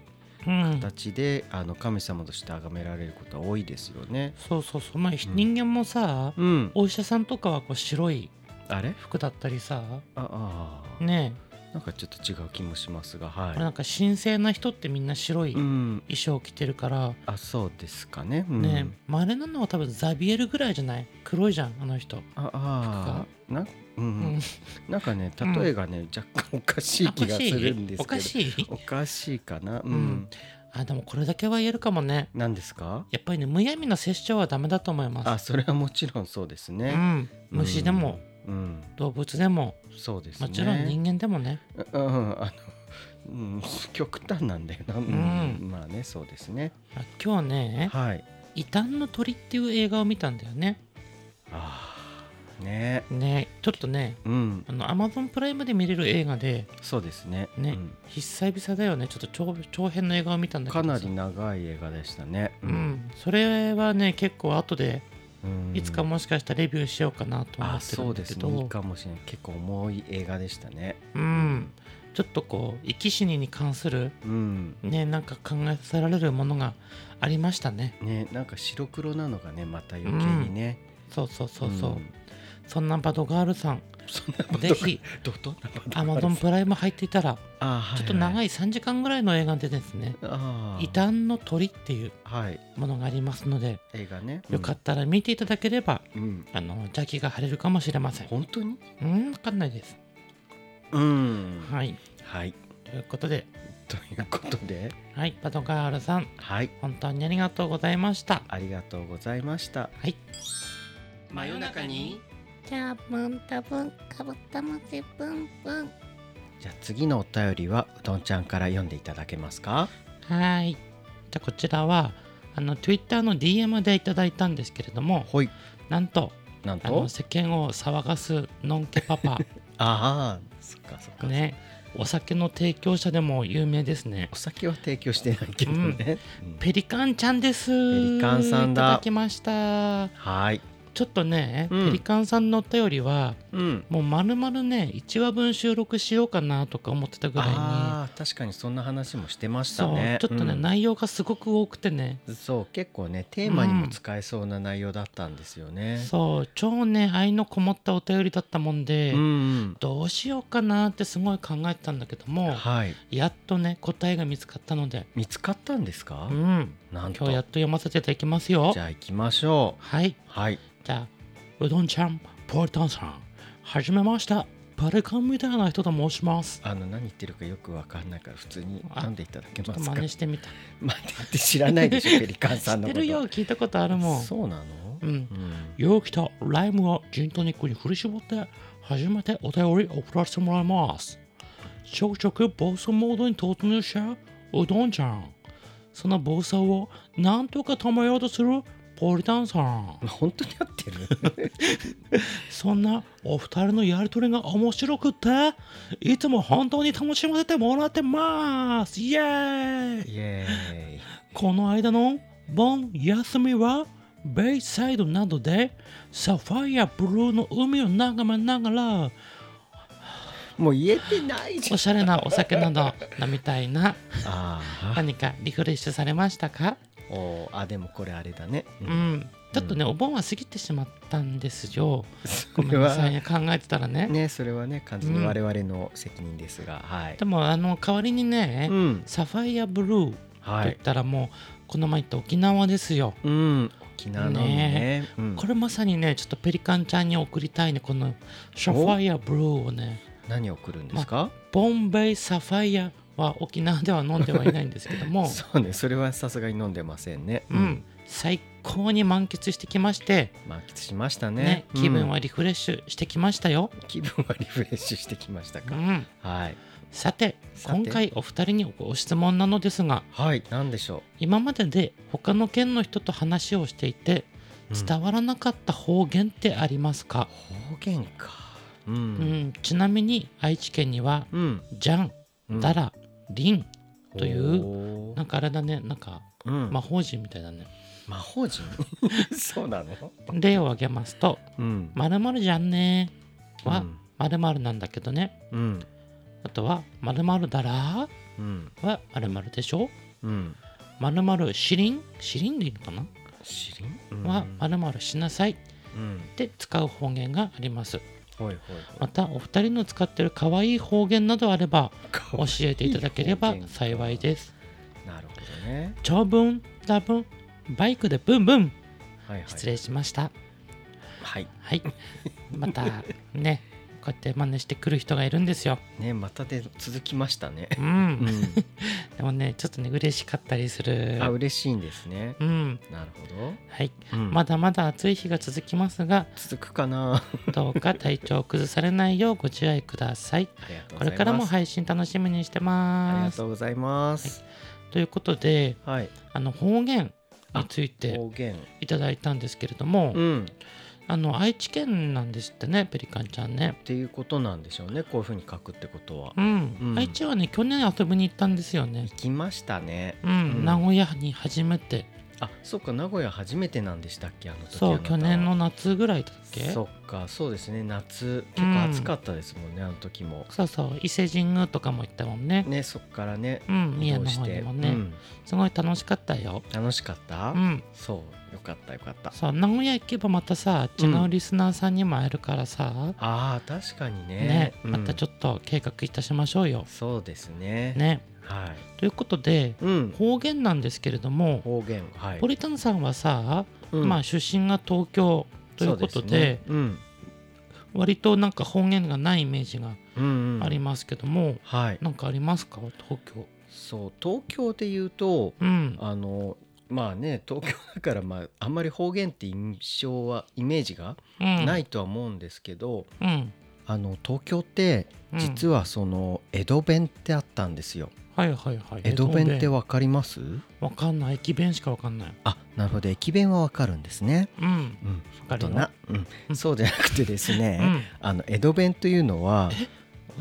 [SPEAKER 2] うん
[SPEAKER 1] 形で、あの神様として崇められることは多いですよね。
[SPEAKER 2] そうそうそうまあ、人間もさ、
[SPEAKER 1] うん、
[SPEAKER 2] お医者さんとかはこう白い
[SPEAKER 1] あれ
[SPEAKER 2] 服だったりさ
[SPEAKER 1] ああー、
[SPEAKER 2] ね
[SPEAKER 1] なんかちょっと違う気もしますが
[SPEAKER 2] え、
[SPEAKER 1] は
[SPEAKER 2] これなんか神聖な人ってみんな白い
[SPEAKER 1] い。う
[SPEAKER 2] 衣
[SPEAKER 1] ん、
[SPEAKER 2] 装を着てるから、
[SPEAKER 1] あそうですかね。うん、
[SPEAKER 2] ねえまれなのは多分ザビエルぐらいじゃない黒いじゃんあの人、
[SPEAKER 1] ああな、うん
[SPEAKER 2] うん
[SPEAKER 1] [LAUGHS] なんかね
[SPEAKER 2] うん
[SPEAKER 1] 例えがね、若干おかしい気がするんですけど
[SPEAKER 2] おかしいおかしい
[SPEAKER 1] おかしいかなうん、
[SPEAKER 2] うんあでもこれだけは言えるかもね
[SPEAKER 1] 何ですか
[SPEAKER 2] やっぱりねむやみな殺生はダメだと思いま
[SPEAKER 1] あ
[SPEAKER 2] す
[SPEAKER 1] それはもちろんそうです
[SPEAKER 2] う
[SPEAKER 1] ね、
[SPEAKER 2] ん、虫でも、
[SPEAKER 1] うん、
[SPEAKER 2] 動物でも
[SPEAKER 1] うんそうですね
[SPEAKER 2] もちろん人間でもね
[SPEAKER 1] うんうんあの、うん、極端なんだよな、うん
[SPEAKER 2] う
[SPEAKER 1] まあねそうですね
[SPEAKER 2] あ今日ね
[SPEAKER 1] はい
[SPEAKER 2] 「異端の鳥」っていう映画を見たんだよね
[SPEAKER 1] ああね
[SPEAKER 2] ねちょっとね
[SPEAKER 1] うん
[SPEAKER 2] あのアマゾンプライムで見れる映画で
[SPEAKER 1] そうですね
[SPEAKER 2] ね、
[SPEAKER 1] うん
[SPEAKER 2] 久々だよねちょっと長長編の映画を見たんだけど
[SPEAKER 1] かな
[SPEAKER 2] さ
[SPEAKER 1] り長い映画でしたね
[SPEAKER 2] うん、それはね結構後で
[SPEAKER 1] うん
[SPEAKER 2] いつかもしかしたらレビューしようかなと思
[SPEAKER 1] あ
[SPEAKER 2] ってる
[SPEAKER 1] そ
[SPEAKER 2] ん
[SPEAKER 1] う
[SPEAKER 2] だ
[SPEAKER 1] で
[SPEAKER 2] け
[SPEAKER 1] す
[SPEAKER 2] ど
[SPEAKER 1] ねいいかもしれない結構重い映画でしたね
[SPEAKER 2] うんちょっとこう生き死にに関する
[SPEAKER 1] うん
[SPEAKER 2] ねなんか考えさせられるものがありましたね
[SPEAKER 1] ねなんか白黒なのがねまた余計にね、
[SPEAKER 2] そうそうそうそう、
[SPEAKER 1] ん
[SPEAKER 2] そんなバドガールさん
[SPEAKER 1] そんなこと
[SPEAKER 2] ぜひ
[SPEAKER 1] どどんなこと
[SPEAKER 2] アマゾンプライム入っていたら
[SPEAKER 1] あはいはい
[SPEAKER 2] ちょっと長い3時間ぐらいの映画でですね
[SPEAKER 1] あ
[SPEAKER 2] 「
[SPEAKER 1] ー
[SPEAKER 2] 異端の鳥」っていう
[SPEAKER 1] はい
[SPEAKER 2] ものがありますので
[SPEAKER 1] 映画ね
[SPEAKER 2] よかったら見ていただければ、
[SPEAKER 1] たうん
[SPEAKER 2] あの邪気が晴れるかもしれません。
[SPEAKER 1] 本当に
[SPEAKER 2] うん、わかんないです。
[SPEAKER 1] うん
[SPEAKER 2] はい。
[SPEAKER 1] はい
[SPEAKER 2] とということで
[SPEAKER 1] ということで
[SPEAKER 2] はいパトカールさん
[SPEAKER 1] はい
[SPEAKER 2] 本当にありがとうございました
[SPEAKER 1] ありがとうございました
[SPEAKER 2] はい
[SPEAKER 1] 真夜中に
[SPEAKER 4] じゃあぶんたぶんかぶったまちぶんぶん
[SPEAKER 1] じゃあ次のお便りはうどんちゃんから読んでいただけますか
[SPEAKER 2] はいじゃあこちらはあの Twitter の DM でいただいたんですけれども
[SPEAKER 1] ほい
[SPEAKER 2] なんと
[SPEAKER 1] なん
[SPEAKER 2] あ
[SPEAKER 1] と
[SPEAKER 2] の世間を騒がすのんけ
[SPEAKER 1] [LAUGHS]
[SPEAKER 2] パパ
[SPEAKER 1] ああそっかそっか、
[SPEAKER 2] ねお酒の提供者でも有名ですね
[SPEAKER 1] お酒は提供してないけどね、うん
[SPEAKER 2] ペリカンちゃんですペ
[SPEAKER 1] リカンさんだ
[SPEAKER 2] いただきました
[SPEAKER 1] はい
[SPEAKER 2] ちょっとね、
[SPEAKER 1] うん
[SPEAKER 2] ペリカンさんのお便りは
[SPEAKER 1] うん
[SPEAKER 2] もう丸々ね1話分収録しようかなとか思ってたぐらいに
[SPEAKER 1] ああ確かにそんな話もしてました
[SPEAKER 2] そう、
[SPEAKER 1] ね
[SPEAKER 2] ちょっとね、
[SPEAKER 1] うん
[SPEAKER 2] 内容がすごく多くてね
[SPEAKER 1] そう結構ねテーマにも使えそうな内容だったんですよね、
[SPEAKER 2] そう超ね愛のこもったお便りだったもんで、
[SPEAKER 1] うんうん
[SPEAKER 2] どうしようかなってすごい考えてたんだけども
[SPEAKER 1] はい
[SPEAKER 2] やっとね答えが見つかったので、
[SPEAKER 1] 見つかったんですか、
[SPEAKER 2] うん、
[SPEAKER 1] なんと
[SPEAKER 2] 今日やっと読ませていただきますよ
[SPEAKER 1] じゃあ行きましょう
[SPEAKER 2] はい
[SPEAKER 1] はい
[SPEAKER 2] じゃあうどんちゃんポルタンさんはじめましたバルカンみたいな人と申します
[SPEAKER 1] あの何言ってるかよくわかんないから普通に
[SPEAKER 2] あ
[SPEAKER 1] 飲んでいただけ
[SPEAKER 2] ちょ
[SPEAKER 1] ま
[SPEAKER 2] っと
[SPEAKER 1] すか
[SPEAKER 2] 真
[SPEAKER 1] [LAUGHS]
[SPEAKER 2] 似してみた
[SPEAKER 1] まだって知らないで
[SPEAKER 2] [LAUGHS]
[SPEAKER 1] しょペリカンさんの
[SPEAKER 2] 知っ
[SPEAKER 1] こ
[SPEAKER 2] て
[SPEAKER 1] と
[SPEAKER 2] るよ聞いたことあるもん
[SPEAKER 1] そうなの
[SPEAKER 2] う、ん
[SPEAKER 1] うん
[SPEAKER 2] よう来たライムをジントニックに振り絞って初めてお便り送らせてもらいますちょくちょく暴走モードに突入しちゃううどんちゃんその暴走をなんとか止めようとするポリタンさん
[SPEAKER 1] 本当に合
[SPEAKER 2] [LAUGHS]
[SPEAKER 1] ってる
[SPEAKER 2] そんなお二人のやりとりが面白くっていつも本当に楽しませてもらってますイエーイ
[SPEAKER 1] イエーイ
[SPEAKER 2] この間の盆休みはベイサイドなどでサファイアブルーの海を眺めながら
[SPEAKER 1] もう言えてないじゃ
[SPEAKER 2] お
[SPEAKER 1] ん
[SPEAKER 2] しゃれなお酒など飲みたい [LAUGHS] な
[SPEAKER 1] あー
[SPEAKER 2] 何かリフレッシュされましたか
[SPEAKER 1] おーあでもこれあれだね、う
[SPEAKER 2] うんんちょっとねお盆は過ぎてしまったんですよご
[SPEAKER 1] そ
[SPEAKER 2] め
[SPEAKER 1] れ
[SPEAKER 2] んなさ
[SPEAKER 1] はい
[SPEAKER 2] ね考えてたらね
[SPEAKER 1] ねそれはね完全
[SPEAKER 2] う
[SPEAKER 1] に
[SPEAKER 2] ん
[SPEAKER 1] 我々の責任ですが、はい
[SPEAKER 2] でもあの代わりにね、
[SPEAKER 1] うん
[SPEAKER 2] サファイアブルーと
[SPEAKER 1] は
[SPEAKER 2] 言っ
[SPEAKER 1] い
[SPEAKER 2] たらもうこの前行った沖縄ですよ、
[SPEAKER 1] うん沖縄のね
[SPEAKER 2] ね
[SPEAKER 1] うん、
[SPEAKER 2] これまさにねちょっとペリカンちゃんに送りたいねこのサファイアブルーをね
[SPEAKER 1] 何を送るんですか、
[SPEAKER 2] ボンベイサファイアは沖縄では飲んではいないんですけど
[SPEAKER 1] [LAUGHS]
[SPEAKER 2] も、
[SPEAKER 1] そうねそれはさすがに飲んでませんね、
[SPEAKER 2] うん、最高に満喫してきまして、
[SPEAKER 1] 満喫しましたね
[SPEAKER 2] ね
[SPEAKER 1] うん
[SPEAKER 2] 気分はリフレッシュしてきましたよ、
[SPEAKER 1] 気分はリフレッシュしてきました
[SPEAKER 2] う
[SPEAKER 1] か、
[SPEAKER 2] ん、
[SPEAKER 1] はい
[SPEAKER 2] さて
[SPEAKER 1] さて
[SPEAKER 2] 今回お二人にご質問なのですが
[SPEAKER 1] はい何でしょ
[SPEAKER 2] 今までで他の県の人と話をしていて
[SPEAKER 1] う、うん
[SPEAKER 2] 伝わらなかった方言ってありますか、
[SPEAKER 1] 方言かう
[SPEAKER 2] うん
[SPEAKER 1] ん
[SPEAKER 2] ちなみに愛知県には
[SPEAKER 1] うん
[SPEAKER 2] 「じゃん」
[SPEAKER 1] う
[SPEAKER 2] 「
[SPEAKER 1] ん
[SPEAKER 2] だら」「りんという
[SPEAKER 1] お」ー
[SPEAKER 2] なんかあれだねなんか
[SPEAKER 1] うん
[SPEAKER 2] 魔法陣みたいだね
[SPEAKER 1] 魔法
[SPEAKER 2] [LAUGHS]
[SPEAKER 1] 陣そうなの
[SPEAKER 2] 例を挙げますと
[SPEAKER 1] うん
[SPEAKER 2] まるまるじゃんねー
[SPEAKER 1] う
[SPEAKER 2] は
[SPEAKER 1] ん
[SPEAKER 2] まるまるなんだけどね。
[SPEAKER 1] うん
[SPEAKER 2] あとはまるまるだら
[SPEAKER 1] うん
[SPEAKER 2] ーはまるまるでしょ。
[SPEAKER 1] うん
[SPEAKER 2] まるまるしりんしりんでいいのかな、
[SPEAKER 1] 知りん
[SPEAKER 2] はまるまるしなさいっ
[SPEAKER 1] うん
[SPEAKER 2] て使う方言があります。
[SPEAKER 1] ほいほい
[SPEAKER 2] またお二人の使ってる可愛い方言などあれば
[SPEAKER 1] ほ
[SPEAKER 2] 教
[SPEAKER 1] い
[SPEAKER 2] えていただければ幸いです。
[SPEAKER 1] なるほどね
[SPEAKER 2] 長文多文バイクでブンブン
[SPEAKER 1] はいはい
[SPEAKER 2] 失礼しました。
[SPEAKER 1] はい
[SPEAKER 2] はい。またねこうやって真似してくる人がいるんですよ。
[SPEAKER 1] ねまたで続きましたね
[SPEAKER 2] う。
[SPEAKER 1] うんん
[SPEAKER 2] でもねちょっとね嬉しかったりする。
[SPEAKER 1] あ嬉しいんですね
[SPEAKER 2] うん、
[SPEAKER 1] なるほ
[SPEAKER 2] はい、
[SPEAKER 1] どうん
[SPEAKER 2] まだまだ暑い日が続きます
[SPEAKER 1] [LAUGHS]
[SPEAKER 2] が、
[SPEAKER 1] 続くかな
[SPEAKER 2] どうか体調を崩されないようご自愛ください。
[SPEAKER 1] ありがとうござい
[SPEAKER 2] こ
[SPEAKER 1] ます
[SPEAKER 2] れからも配信楽しみにして
[SPEAKER 1] あり
[SPEAKER 2] ま
[SPEAKER 1] が
[SPEAKER 2] す。
[SPEAKER 1] とうございます
[SPEAKER 2] ということで、
[SPEAKER 1] はい
[SPEAKER 2] あの方言について
[SPEAKER 1] 方言
[SPEAKER 2] いただいたんですけれども、
[SPEAKER 1] うん
[SPEAKER 2] あの愛知県なんですってね、ペリカンちゃんね
[SPEAKER 1] っ。ていうことなんでしょうねこういうふうに書くってことは
[SPEAKER 2] うん、
[SPEAKER 1] うん
[SPEAKER 2] 愛知はね去年遊びに行ったんですよね
[SPEAKER 1] 行。きましたね
[SPEAKER 2] うん、
[SPEAKER 1] うん
[SPEAKER 2] 名古屋に初めて、
[SPEAKER 1] あそっか名古屋初めてなんでしたっけあの時
[SPEAKER 2] そ
[SPEAKER 1] あ
[SPEAKER 2] う
[SPEAKER 1] なた
[SPEAKER 2] 去
[SPEAKER 1] は
[SPEAKER 2] 年の夏ぐらいだっけ？
[SPEAKER 1] そっかそうですね夏結構暑かったですもんね、あの時も
[SPEAKER 2] そうそう伊勢神宮とかも行ったもんね。
[SPEAKER 1] ねそっからね
[SPEAKER 2] うん、
[SPEAKER 1] 移
[SPEAKER 2] 宮
[SPEAKER 1] 動
[SPEAKER 2] の
[SPEAKER 1] し
[SPEAKER 2] 方
[SPEAKER 1] て、
[SPEAKER 2] にもね、
[SPEAKER 1] うん、
[SPEAKER 2] すごい楽しかったよ。
[SPEAKER 1] 楽しかった、
[SPEAKER 2] うん、
[SPEAKER 1] そうよかったよかった
[SPEAKER 2] そう名古屋行けばまたさ違ううんリスナーさんにも会えるからさ、
[SPEAKER 1] あー確かにね
[SPEAKER 2] ね、
[SPEAKER 1] うん
[SPEAKER 2] またちょっと計画いたしましょうよ。
[SPEAKER 1] そうですね
[SPEAKER 2] ね、
[SPEAKER 1] はい
[SPEAKER 2] ということで
[SPEAKER 1] うん
[SPEAKER 2] 方言なんですけれども
[SPEAKER 1] 方言はい
[SPEAKER 2] ポリタンさんはさ、
[SPEAKER 1] うん
[SPEAKER 2] まあ出身が東京ということで
[SPEAKER 1] そうすねうん
[SPEAKER 2] 割となんか方言がないイメージが
[SPEAKER 1] うんうん
[SPEAKER 2] ありますけども、
[SPEAKER 1] はい
[SPEAKER 2] なんかありますか東京
[SPEAKER 1] そう東京で言うと
[SPEAKER 2] うん
[SPEAKER 1] あのまあね東京だからまああんまり方言って印象はイメージが
[SPEAKER 2] うん
[SPEAKER 1] ないとは思うんですけど、
[SPEAKER 2] うん
[SPEAKER 1] あの東京って実
[SPEAKER 2] は、
[SPEAKER 1] はその江戸弁ってあったんですよ。
[SPEAKER 2] はいはいはい
[SPEAKER 1] 江戸弁ってわかります？
[SPEAKER 2] わかんない駅弁しかわかんない
[SPEAKER 1] あ、なるほど駅弁はわかるんですね。
[SPEAKER 2] うん
[SPEAKER 1] うん、
[SPEAKER 2] わか
[SPEAKER 1] あと
[SPEAKER 2] るよ
[SPEAKER 1] な、うん
[SPEAKER 2] うん
[SPEAKER 1] そうじゃなくてですね、
[SPEAKER 2] うん
[SPEAKER 1] あの江戸弁というのは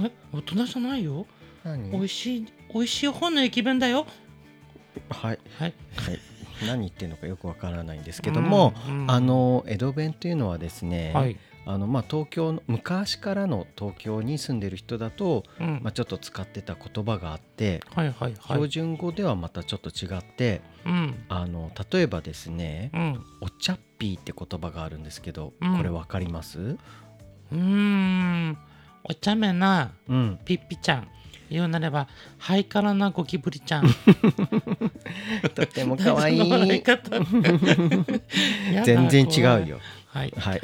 [SPEAKER 2] え大人じゃないよ美
[SPEAKER 1] 何
[SPEAKER 2] 味しい美味しい本の駅弁だよ
[SPEAKER 1] はい
[SPEAKER 2] はい
[SPEAKER 1] はい何言ってるのかよくわからないんですけども、、
[SPEAKER 2] うんうん
[SPEAKER 1] あの江戸弁というのはですね、
[SPEAKER 2] はい、
[SPEAKER 1] あのまあ東京の昔からの東京に住んでる人だと、
[SPEAKER 2] うん
[SPEAKER 1] まあちょっと使ってた言葉があって、
[SPEAKER 2] はいはいは
[SPEAKER 1] 標
[SPEAKER 2] い
[SPEAKER 1] 準語ではまたちょっと違って、
[SPEAKER 2] うん
[SPEAKER 1] あの例えばですね、
[SPEAKER 2] うん
[SPEAKER 1] お茶っぴーって言葉があるんですけど、
[SPEAKER 2] うん
[SPEAKER 1] これわかります？
[SPEAKER 2] うーんお茶目な
[SPEAKER 1] うん、
[SPEAKER 2] ピッピちゃん言うなればハイカラなゴキブリちゃん
[SPEAKER 1] とっても可愛
[SPEAKER 2] その笑 [LAUGHS]
[SPEAKER 1] い。 [LAUGHS]
[SPEAKER 2] 方やだ
[SPEAKER 1] 全然違うよ。
[SPEAKER 2] 怖いはい
[SPEAKER 1] はい。
[SPEAKER 2] はい、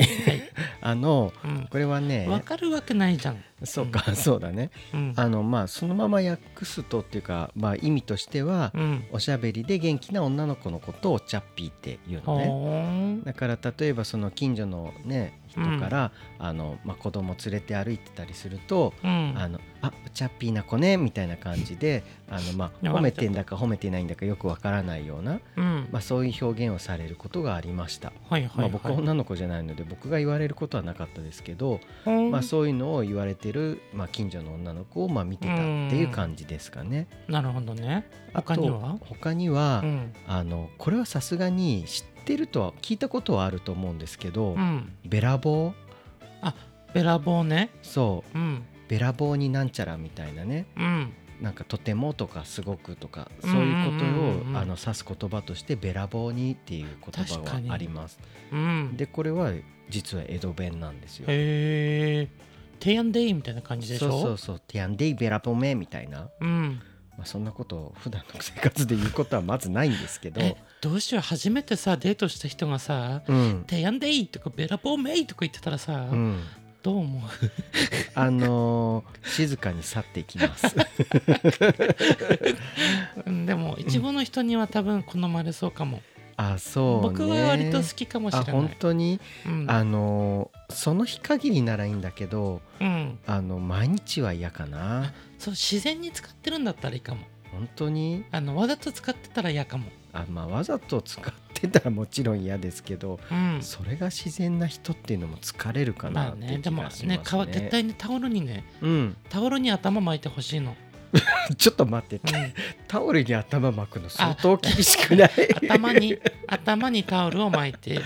[SPEAKER 1] [LAUGHS] あの
[SPEAKER 2] うん
[SPEAKER 1] これは
[SPEAKER 2] わ
[SPEAKER 1] ね、
[SPEAKER 2] かるわけないじゃん。
[SPEAKER 1] そうか、そうだね。
[SPEAKER 2] うん。
[SPEAKER 1] あのまあそのまま訳すとっていうか、まあ意味としては、
[SPEAKER 2] うん。
[SPEAKER 1] おしゃべりで元気な女の子のことをお茶っぴーっていうのね。
[SPEAKER 2] ほ
[SPEAKER 1] だから例えばその近所のね人
[SPEAKER 2] うん
[SPEAKER 1] から、あのまあ子供連れて歩いてたりすると、
[SPEAKER 2] ーん。
[SPEAKER 1] あのあチャッピーな子ねみたいな感じであの、まあ、
[SPEAKER 2] やば
[SPEAKER 1] 褒
[SPEAKER 2] い
[SPEAKER 1] めてんだか褒めてないんだかよくわからないような、
[SPEAKER 2] うん。
[SPEAKER 1] まあ、そういう表現をされることがありました。
[SPEAKER 2] はいは
[SPEAKER 1] ま
[SPEAKER 2] いは
[SPEAKER 1] あ、
[SPEAKER 2] い。
[SPEAKER 1] 僕は女の子じゃないので僕が言われることはなかったですけど、
[SPEAKER 2] うん
[SPEAKER 1] まあ、そういうのを言われてる、まあ、近所の女の子をまあ見てたっていう感じですかね。
[SPEAKER 2] なるほどね。
[SPEAKER 1] あと
[SPEAKER 2] 他には
[SPEAKER 1] 他には、
[SPEAKER 2] うん。
[SPEAKER 1] あのこれはさすがに知ってるとは聞いたことはあると思うんですけど、
[SPEAKER 2] うん。
[SPEAKER 1] べらぼう
[SPEAKER 2] べらぼうね。
[SPEAKER 1] そう
[SPEAKER 2] うん。
[SPEAKER 1] べらぼうになんちゃらみたいなね
[SPEAKER 2] うん。
[SPEAKER 1] なんかとてもとかすごくとかそういうことを、
[SPEAKER 2] うんうんうんうん
[SPEAKER 1] あの指す言葉としてべらぼうにっていう言葉
[SPEAKER 2] 確かに
[SPEAKER 1] があります。
[SPEAKER 2] うん。
[SPEAKER 1] でこれは実は江戸弁なんですよ。
[SPEAKER 2] へえ。提案でいいみたいな感じでし
[SPEAKER 1] そ
[SPEAKER 2] ょ
[SPEAKER 1] うそうそう「てやんでいべらぼめ」みたいな、
[SPEAKER 2] うん。
[SPEAKER 1] まあ、そんなことを普段の生活で言うことはまずないんですけど
[SPEAKER 2] え、どうしよう。初めてさ、デートした人がさ、
[SPEAKER 1] うん
[SPEAKER 2] 提案でいいとか、べらぼうめいとか言ってたらさ
[SPEAKER 1] う、ん、
[SPEAKER 2] どう思う
[SPEAKER 1] あのー静かに去っていきます。
[SPEAKER 2] うんでも、一部の人には多分好まれそうかも。
[SPEAKER 1] あそう、ね、
[SPEAKER 2] 僕は割と好きかもし
[SPEAKER 1] あ
[SPEAKER 2] れな
[SPEAKER 1] 本
[SPEAKER 2] い。
[SPEAKER 1] 当に、
[SPEAKER 2] うん
[SPEAKER 1] あのーその日限りならいいんだけど
[SPEAKER 2] うん。
[SPEAKER 1] あの毎日は嫌かな
[SPEAKER 2] そう自然に使ってるんだったらいいかも
[SPEAKER 1] 本当に
[SPEAKER 2] あのわざと使ってたら嫌かも、
[SPEAKER 1] あまあわざと使ってたらもちろん嫌ですけど、
[SPEAKER 2] うん
[SPEAKER 1] それが自然な人っていうのも疲れるか
[SPEAKER 2] ま
[SPEAKER 1] な
[SPEAKER 2] あ
[SPEAKER 1] ってい
[SPEAKER 2] ね
[SPEAKER 1] う
[SPEAKER 2] で
[SPEAKER 1] 気
[SPEAKER 2] も
[SPEAKER 1] がしますね
[SPEAKER 2] ね。かわ絶対にタオルにね
[SPEAKER 1] うん、
[SPEAKER 2] タオルに頭巻いてほしいの、
[SPEAKER 1] ちょっと待って、
[SPEAKER 2] うん
[SPEAKER 1] タオルに頭巻くの相当厳しくない
[SPEAKER 2] 頭に頭にタオルを巻いて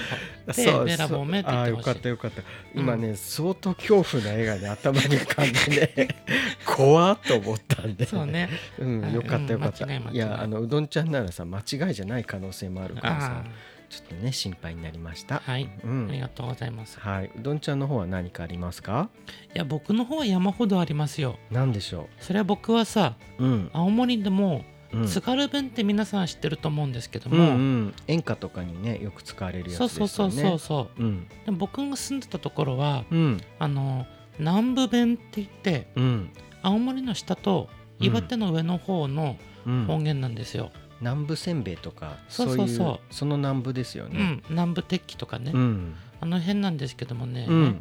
[SPEAKER 2] で
[SPEAKER 1] そう
[SPEAKER 2] べらぼうめって言
[SPEAKER 1] ああ
[SPEAKER 2] って
[SPEAKER 1] よ
[SPEAKER 2] ほしい
[SPEAKER 1] かったよかった今ね、相当恐怖な絵がね頭に浮かんでね怖っと思ったんで
[SPEAKER 2] そうね
[SPEAKER 1] うん、よかったよかった、
[SPEAKER 2] うん間違い間違い
[SPEAKER 1] いやあのうどんちゃんならさ間違いじゃない可能性もあるから
[SPEAKER 2] あ
[SPEAKER 1] さちょっとね心配になりました
[SPEAKER 2] あはい、
[SPEAKER 1] う
[SPEAKER 2] あり
[SPEAKER 1] ん
[SPEAKER 2] がとうございますい
[SPEAKER 1] はい、うどんちゃんの方は何かありますか
[SPEAKER 2] や僕の方は山ほどありますよ
[SPEAKER 1] なんでしょ
[SPEAKER 2] それは僕はさ
[SPEAKER 1] ううん、
[SPEAKER 2] 青森でも
[SPEAKER 1] うん、
[SPEAKER 2] 津軽弁って皆さん知ってると思うんですけど
[SPEAKER 1] う
[SPEAKER 2] も、
[SPEAKER 1] んうん演歌とかにねよく使われるやつ
[SPEAKER 2] そう
[SPEAKER 1] です
[SPEAKER 2] そ
[SPEAKER 1] よ
[SPEAKER 2] う
[SPEAKER 1] ね
[SPEAKER 2] そうそうそう
[SPEAKER 1] うん
[SPEAKER 2] でも僕が住んでたところは
[SPEAKER 1] うん
[SPEAKER 2] あの南部弁って言って
[SPEAKER 1] うん
[SPEAKER 2] 青森の下と岩手の上の方の
[SPEAKER 1] うん
[SPEAKER 2] 方言なんですよ。
[SPEAKER 1] 南部せんべいとか
[SPEAKER 2] そ
[SPEAKER 1] そうう
[SPEAKER 2] そ
[SPEAKER 1] いうう
[SPEAKER 2] そ
[SPEAKER 1] そうの南部ですよ
[SPEAKER 2] うん
[SPEAKER 1] ね
[SPEAKER 2] 南部鉄器とかね、
[SPEAKER 1] うん
[SPEAKER 2] あの辺なんですけどもね、
[SPEAKER 1] うん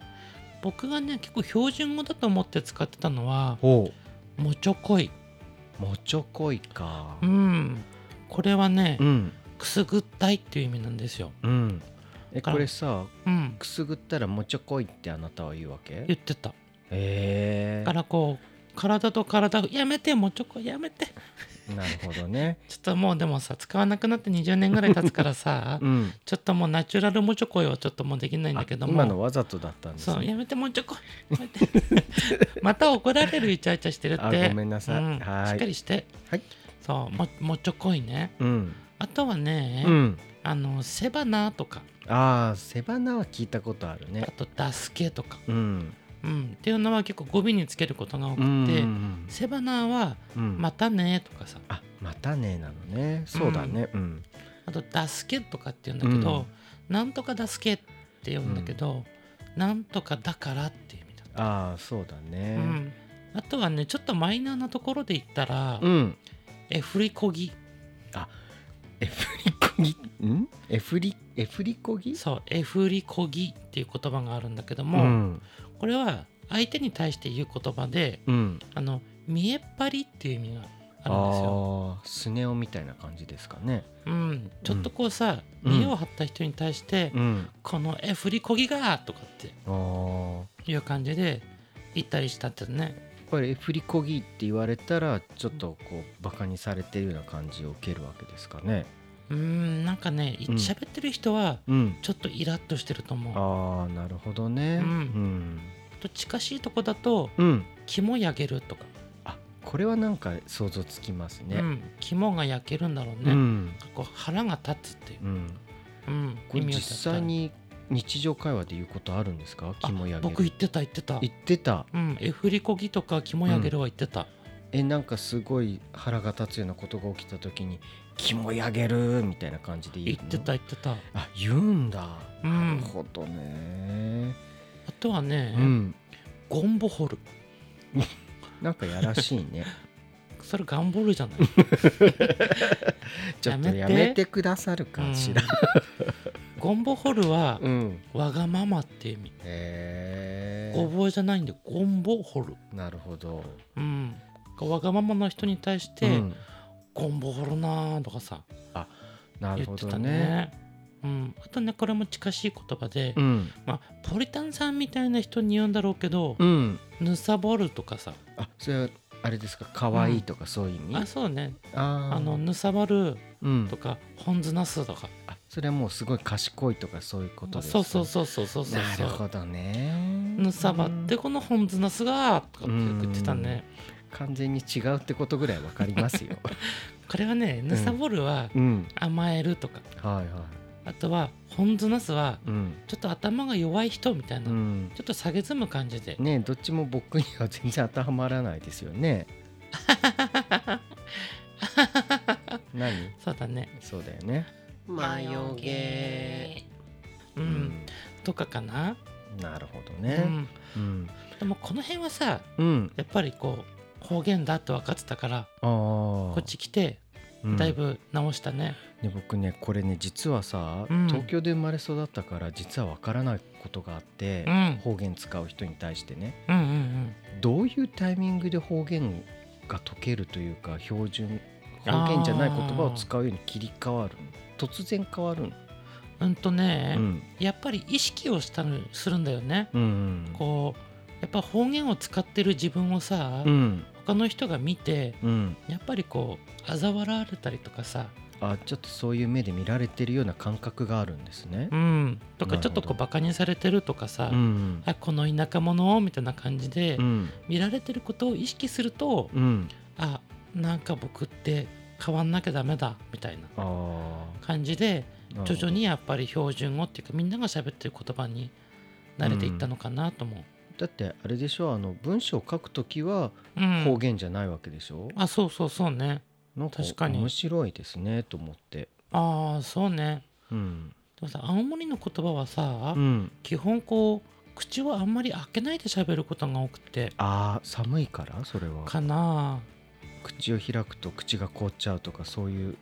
[SPEAKER 2] 僕がね結構標準語だと思って使ってたのは
[SPEAKER 1] ほ
[SPEAKER 2] 「もちょこい」
[SPEAKER 1] うもちょこいか
[SPEAKER 2] うん、これはね、
[SPEAKER 1] うん
[SPEAKER 2] くすぐったいっていう意味なんですよ。
[SPEAKER 1] うんえ
[SPEAKER 2] から
[SPEAKER 1] これさ
[SPEAKER 2] うん、
[SPEAKER 1] くすぐったらもちょこいってあなたは言うわけ
[SPEAKER 2] 言ってた。
[SPEAKER 1] へ
[SPEAKER 2] だか
[SPEAKER 1] え
[SPEAKER 2] らこう体と体やめてもちょこいやめて
[SPEAKER 1] なるほどね
[SPEAKER 2] ちょっともうでもさ使わなくなって20年ぐらい経つから
[SPEAKER 1] [LAUGHS]
[SPEAKER 2] さ
[SPEAKER 1] [LAUGHS] うん
[SPEAKER 2] ちょっともうナチュラルもちょこいはちょっともうできないんだけど
[SPEAKER 1] あ
[SPEAKER 2] も
[SPEAKER 1] 今のわざとだったんです
[SPEAKER 2] そう
[SPEAKER 1] ね
[SPEAKER 2] やめてもうちょこいこうやって [LAUGHS] また怒られるイチャイチャしてるって
[SPEAKER 1] あごめんなさい
[SPEAKER 2] うん
[SPEAKER 1] はーい
[SPEAKER 2] しっかりして
[SPEAKER 1] はい
[SPEAKER 2] そうももうちょこいね
[SPEAKER 1] うん
[SPEAKER 2] あとはね、
[SPEAKER 1] うん
[SPEAKER 2] あの背花とか
[SPEAKER 1] ああ背花は聞いたことあるね
[SPEAKER 2] あとダスケとか、
[SPEAKER 1] うん
[SPEAKER 2] うん、っていうのは結構語尾につけることが多
[SPEAKER 1] う
[SPEAKER 2] くて
[SPEAKER 1] ん
[SPEAKER 2] 背花は「
[SPEAKER 1] うん
[SPEAKER 2] またね」とかさ
[SPEAKER 1] あまたねなのねそうだねうん
[SPEAKER 2] あと「ダスケ」とかって言うんだけど「なんとかダスケ」って言うんだけど、なんとかだからっていう意味だった、
[SPEAKER 1] ああそうだね
[SPEAKER 2] うん、あとはねちょっとマイナーなところで言ったら、
[SPEAKER 1] うん
[SPEAKER 2] え振りこぎ
[SPEAKER 1] エフリコギんエフリエフリコギ
[SPEAKER 2] そうえ振りこぎっていう言葉があるんだけど
[SPEAKER 1] う
[SPEAKER 2] も、
[SPEAKER 1] ん
[SPEAKER 2] これは相手に対して言う言葉で
[SPEAKER 1] うん
[SPEAKER 2] あの見えっ張りっていう意味があるんですよ、
[SPEAKER 1] ああスネ夫みたいな感じですかね
[SPEAKER 2] うん、ちょっとこうさ、
[SPEAKER 1] うん
[SPEAKER 2] 見栄を張った人に対して、
[SPEAKER 1] うん
[SPEAKER 2] このえ振りこぎがとかって
[SPEAKER 1] ああ
[SPEAKER 2] いう感じで言ったりしたってね
[SPEAKER 1] やっぱりエフリコギって言われたらちょっとこうバカにされてるような感じを受けるわけですかね
[SPEAKER 2] うーんなんかねい
[SPEAKER 1] うん
[SPEAKER 2] 喋ってる人は
[SPEAKER 1] うん
[SPEAKER 2] ちょっとイラッとしてると思う、
[SPEAKER 1] あ
[SPEAKER 2] あ
[SPEAKER 1] あなるほどね
[SPEAKER 2] う
[SPEAKER 1] うん
[SPEAKER 2] と近しいとこだと
[SPEAKER 1] うん、
[SPEAKER 2] 肝焼けるとか、
[SPEAKER 1] あこれはなんか想像つきますね
[SPEAKER 2] うん、肝が焼けるんだろうね、
[SPEAKER 1] うん、
[SPEAKER 2] こう腹が立つっていう
[SPEAKER 1] う、ん、
[SPEAKER 2] うん、
[SPEAKER 1] これ
[SPEAKER 2] 意味
[SPEAKER 1] 実
[SPEAKER 2] を立った
[SPEAKER 1] 際に日常会話で言うことあるんですか
[SPEAKER 2] あ
[SPEAKER 1] 肝やげる
[SPEAKER 2] 僕言ってた言ってた
[SPEAKER 1] 言ってた
[SPEAKER 2] うんえふりこぎとか肝焼けるは言ってた、
[SPEAKER 1] えなんかすごい腹が立つようなことが起きた時に「肝やげる」みたいな感じで言
[SPEAKER 2] 言
[SPEAKER 1] うの
[SPEAKER 2] ってた言ってたあ
[SPEAKER 1] あ言うんだ、
[SPEAKER 2] うん
[SPEAKER 1] なるほどね
[SPEAKER 2] とはね、
[SPEAKER 1] うん
[SPEAKER 2] ゴンボホル
[SPEAKER 1] なんかやらしいね
[SPEAKER 2] それガンボールじゃない
[SPEAKER 1] [LAUGHS] ちょっと
[SPEAKER 2] やめて
[SPEAKER 1] やめてくださるかしら
[SPEAKER 2] うんゴンボホルは、
[SPEAKER 1] うん、
[SPEAKER 2] わがままって意味
[SPEAKER 1] [LAUGHS] へ
[SPEAKER 2] ご
[SPEAKER 1] え
[SPEAKER 2] ぼうじゃないんでゴンボホル
[SPEAKER 1] なるほど
[SPEAKER 2] うんわがままな人に対して、
[SPEAKER 1] うん
[SPEAKER 2] ゴンボホロなーとかさ
[SPEAKER 1] なる
[SPEAKER 2] 言
[SPEAKER 1] ほ
[SPEAKER 2] って
[SPEAKER 1] ど
[SPEAKER 2] た
[SPEAKER 1] ね
[SPEAKER 2] ねうん、あとねこれも近しい言葉で、
[SPEAKER 1] うん
[SPEAKER 2] まあ、ポリタンさんみたいな人に言うんだろうけど
[SPEAKER 1] う、ん
[SPEAKER 2] ぬさぼるとかさ
[SPEAKER 1] あそれはあれですか可愛いとかそういう意味、
[SPEAKER 2] あそうね
[SPEAKER 1] あー
[SPEAKER 2] あのぬさぼる
[SPEAKER 1] うん
[SPEAKER 2] とか本ずなすとか、
[SPEAKER 1] あそれはもうすごい賢いとかそういうことですか
[SPEAKER 2] そうそうそうそうそうそう
[SPEAKER 1] なるほどね
[SPEAKER 2] ぬさばってこの本ずなすがーとかってよく言ってたね
[SPEAKER 1] 完全に違うってことぐらいわかります
[SPEAKER 2] [LAUGHS]
[SPEAKER 1] よ
[SPEAKER 2] これはねぬさぼるは
[SPEAKER 1] うん
[SPEAKER 2] 甘えるとか、
[SPEAKER 1] はいは
[SPEAKER 2] あとは本ずなすはい
[SPEAKER 1] うん、
[SPEAKER 2] ちょっと頭が弱い人みたいな、
[SPEAKER 1] うん
[SPEAKER 2] ちょっと下げずむ感じで、
[SPEAKER 1] ねえどっちも僕には全然当てはまらないですよ
[SPEAKER 2] [LAUGHS]
[SPEAKER 1] ね何
[SPEAKER 2] そうだね
[SPEAKER 1] そうだよね
[SPEAKER 4] 魔よげ
[SPEAKER 2] う、
[SPEAKER 1] うん
[SPEAKER 2] とかかな、
[SPEAKER 1] なるほど
[SPEAKER 2] う
[SPEAKER 1] ね
[SPEAKER 2] ん、
[SPEAKER 1] うん、
[SPEAKER 2] でもこの辺はさ
[SPEAKER 1] うん、
[SPEAKER 2] やっぱりこう方言だって分かってたから
[SPEAKER 1] あこ
[SPEAKER 2] こっち来てだい、ぶ直したね、
[SPEAKER 1] うんで僕ねこれね実はさ、
[SPEAKER 2] うん
[SPEAKER 1] 東京で生まれ育ったから実はわからないことがあって、
[SPEAKER 2] うん
[SPEAKER 1] 方言使う人に対してね
[SPEAKER 2] うん、うんうん
[SPEAKER 1] どういうタイミングで方言が解けるというか標準方言じゃない言葉を使うように切り替わるの突然変わるの、
[SPEAKER 2] うんとね、
[SPEAKER 1] うん
[SPEAKER 2] やっぱり意識をしたのするんだよね、
[SPEAKER 1] うん
[SPEAKER 2] こうやっぱ方言を使ってる自分をさ、
[SPEAKER 1] うん
[SPEAKER 2] 他の人が見て
[SPEAKER 1] うん
[SPEAKER 2] やっぱりこう嘲笑われたりとかさ、
[SPEAKER 1] あちょっとそういう目で見られてるような感覚があるんですね
[SPEAKER 2] う。ん、とか
[SPEAKER 1] なる
[SPEAKER 2] ち
[SPEAKER 1] ほど
[SPEAKER 2] ょっとこうバカにされてるとかさ、
[SPEAKER 1] うん
[SPEAKER 2] あこの田舎者みたいな感じで
[SPEAKER 1] うん
[SPEAKER 2] 見られてることを意識すると、
[SPEAKER 1] うん、
[SPEAKER 2] あなんか僕って変わんなきゃダメだみたいな
[SPEAKER 1] あ
[SPEAKER 2] 感じで
[SPEAKER 1] ー
[SPEAKER 2] 徐々にやっぱり標準語っていうかみんなが喋ってる言葉に慣れていったのかなと思う。
[SPEAKER 1] だってあれでしょあの文章を書くときは
[SPEAKER 2] うん
[SPEAKER 1] 方言じゃないわけでしょ、
[SPEAKER 2] あそうそうそうね。
[SPEAKER 1] なんか
[SPEAKER 2] 確かに
[SPEAKER 1] 面白いですねと思って。
[SPEAKER 2] ああそうね。
[SPEAKER 1] うん
[SPEAKER 2] でもさ青森の言葉はさ、
[SPEAKER 1] うん、
[SPEAKER 2] 基本こう口はあんまり開けないで喋ることが多くて
[SPEAKER 1] あー寒いからそれは
[SPEAKER 2] かな
[SPEAKER 1] 口を開くと口が凍っちゃうとかそういう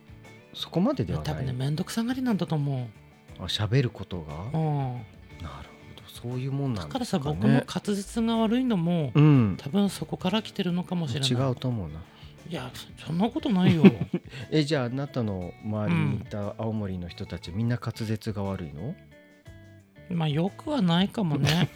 [SPEAKER 1] そこまででは
[SPEAKER 2] 多
[SPEAKER 1] な
[SPEAKER 2] 分
[SPEAKER 1] い
[SPEAKER 2] ね面倒くさがりなんだと思
[SPEAKER 1] あ喋ることが、なる
[SPEAKER 2] う。うん
[SPEAKER 1] ほどそういうもんな
[SPEAKER 2] だ
[SPEAKER 1] ん
[SPEAKER 2] か
[SPEAKER 1] で
[SPEAKER 2] ら
[SPEAKER 1] す
[SPEAKER 2] さ、
[SPEAKER 1] かね
[SPEAKER 2] 僕も滑舌が悪いのも、
[SPEAKER 1] うん
[SPEAKER 2] 多分そこから来てるのかもしれない。
[SPEAKER 1] 違うと思うない
[SPEAKER 2] や、そんなことな
[SPEAKER 1] [LAUGHS]
[SPEAKER 2] いよ。
[SPEAKER 1] えじゃああなたの周りにいた青森の人たち、みんな滑舌が悪いの
[SPEAKER 2] まあ、よくはないかも
[SPEAKER 1] [LAUGHS]
[SPEAKER 2] ね。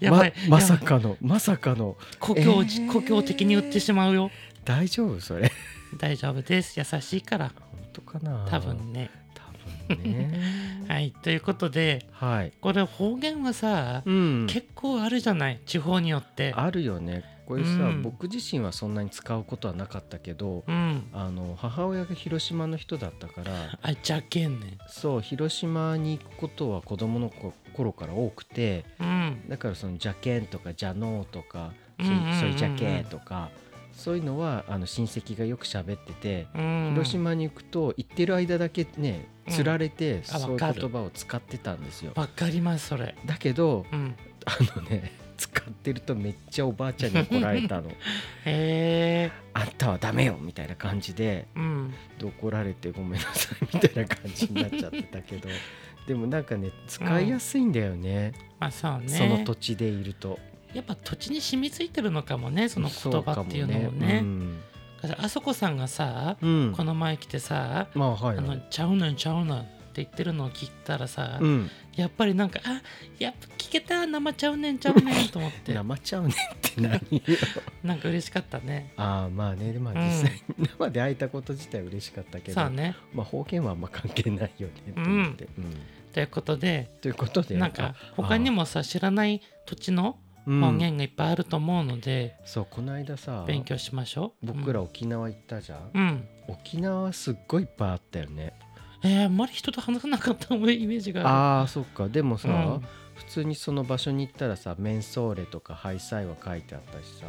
[SPEAKER 2] やば
[SPEAKER 1] ま
[SPEAKER 2] い、
[SPEAKER 1] まさ
[SPEAKER 2] やばい
[SPEAKER 1] かのまさかの
[SPEAKER 2] 故郷、
[SPEAKER 1] えー
[SPEAKER 2] 故郷的に言ってしまうよ。
[SPEAKER 1] 大丈夫それ
[SPEAKER 2] 大丈夫です。優しいから。
[SPEAKER 1] 本当かな
[SPEAKER 2] 多分ね。
[SPEAKER 1] 多分
[SPEAKER 2] [LAUGHS]
[SPEAKER 1] ね
[SPEAKER 2] はい、ということで、
[SPEAKER 1] はい、
[SPEAKER 2] これ方言はさ、
[SPEAKER 1] うん、
[SPEAKER 2] 結構あるじゃない、地方によって。
[SPEAKER 1] あるよねこれさ、
[SPEAKER 2] うん
[SPEAKER 1] 僕自身はそんなに使うことはなかったけど
[SPEAKER 2] うん。
[SPEAKER 1] あの母親が広島の人だった
[SPEAKER 2] [LAUGHS]
[SPEAKER 1] から
[SPEAKER 2] あ、じゃけんね。
[SPEAKER 1] そう広島に行くことは子供の頃頃から多くて
[SPEAKER 2] うん。
[SPEAKER 1] だからその「じゃけん」とか「じゃのー」とか「そ
[SPEAKER 2] うんうんうんうん
[SPEAKER 1] そいじゃけー」とかそういうのはあの親戚がよく喋ってて、
[SPEAKER 2] うん
[SPEAKER 1] 広島に行くと行ってる間だけね
[SPEAKER 2] うん
[SPEAKER 1] つられて、そ
[SPEAKER 2] あ
[SPEAKER 1] ういう
[SPEAKER 2] わかる
[SPEAKER 1] 言葉を使ってたんですよ。
[SPEAKER 2] わかりますそれ
[SPEAKER 1] だけど
[SPEAKER 2] うん
[SPEAKER 1] あのね使ってるとめっちゃおばあちゃんに怒られた
[SPEAKER 2] [LAUGHS]
[SPEAKER 1] の。
[SPEAKER 2] へえ
[SPEAKER 1] あんたはダメよみたいな感じで
[SPEAKER 2] うん
[SPEAKER 1] で怒られてごめんなさいみたいな感じになっちゃってた
[SPEAKER 2] [LAUGHS]
[SPEAKER 1] けどでもなんかね使いやすいんだよね、
[SPEAKER 2] まあそうね
[SPEAKER 1] その土地でいると。
[SPEAKER 2] やっぱ土地に染みついてるのかもねその言葉っていうのも
[SPEAKER 1] そか
[SPEAKER 2] ね
[SPEAKER 1] うん
[SPEAKER 2] だからあそこさんがさ、
[SPEAKER 1] うん
[SPEAKER 2] この前来てさ
[SPEAKER 1] まあはい
[SPEAKER 2] あ
[SPEAKER 1] は
[SPEAKER 2] の
[SPEAKER 1] い。
[SPEAKER 2] 「ちゃうねんちゃうねん」って言ってるのを聞いたらさ、
[SPEAKER 1] うん、
[SPEAKER 2] やっぱりなんかあやっぱ聞けた生ちゃうねんちゃうねんと思って
[SPEAKER 1] 生ちゃうねって何よ
[SPEAKER 2] なんか嬉しかったね
[SPEAKER 1] [LAUGHS] ああまあねでもまあ実際、生で会えたこと自体嬉しかったけど、
[SPEAKER 2] そうね
[SPEAKER 1] まあ方言はあんま関係ないよねって思って、うん
[SPEAKER 2] ということで
[SPEAKER 1] ということで
[SPEAKER 2] なんか他に
[SPEAKER 1] も
[SPEAKER 2] もさ知らない土地の方
[SPEAKER 1] 方
[SPEAKER 2] 言がいっぱいあると思うので、
[SPEAKER 1] そうこの間さ
[SPEAKER 2] 勉強しましょう
[SPEAKER 1] 僕ら沖縄行ったじゃん、
[SPEAKER 2] うん、うん
[SPEAKER 1] 沖縄はすっごいいっぱいあったよね
[SPEAKER 2] えーあんまり人と話さなかったもんねイメージがあ
[SPEAKER 1] ああそっかでもさ、
[SPEAKER 2] うん
[SPEAKER 1] 普通にその場所に行ったらさ「メンソーレ」とか「ハイサイ」は書いてあったしさ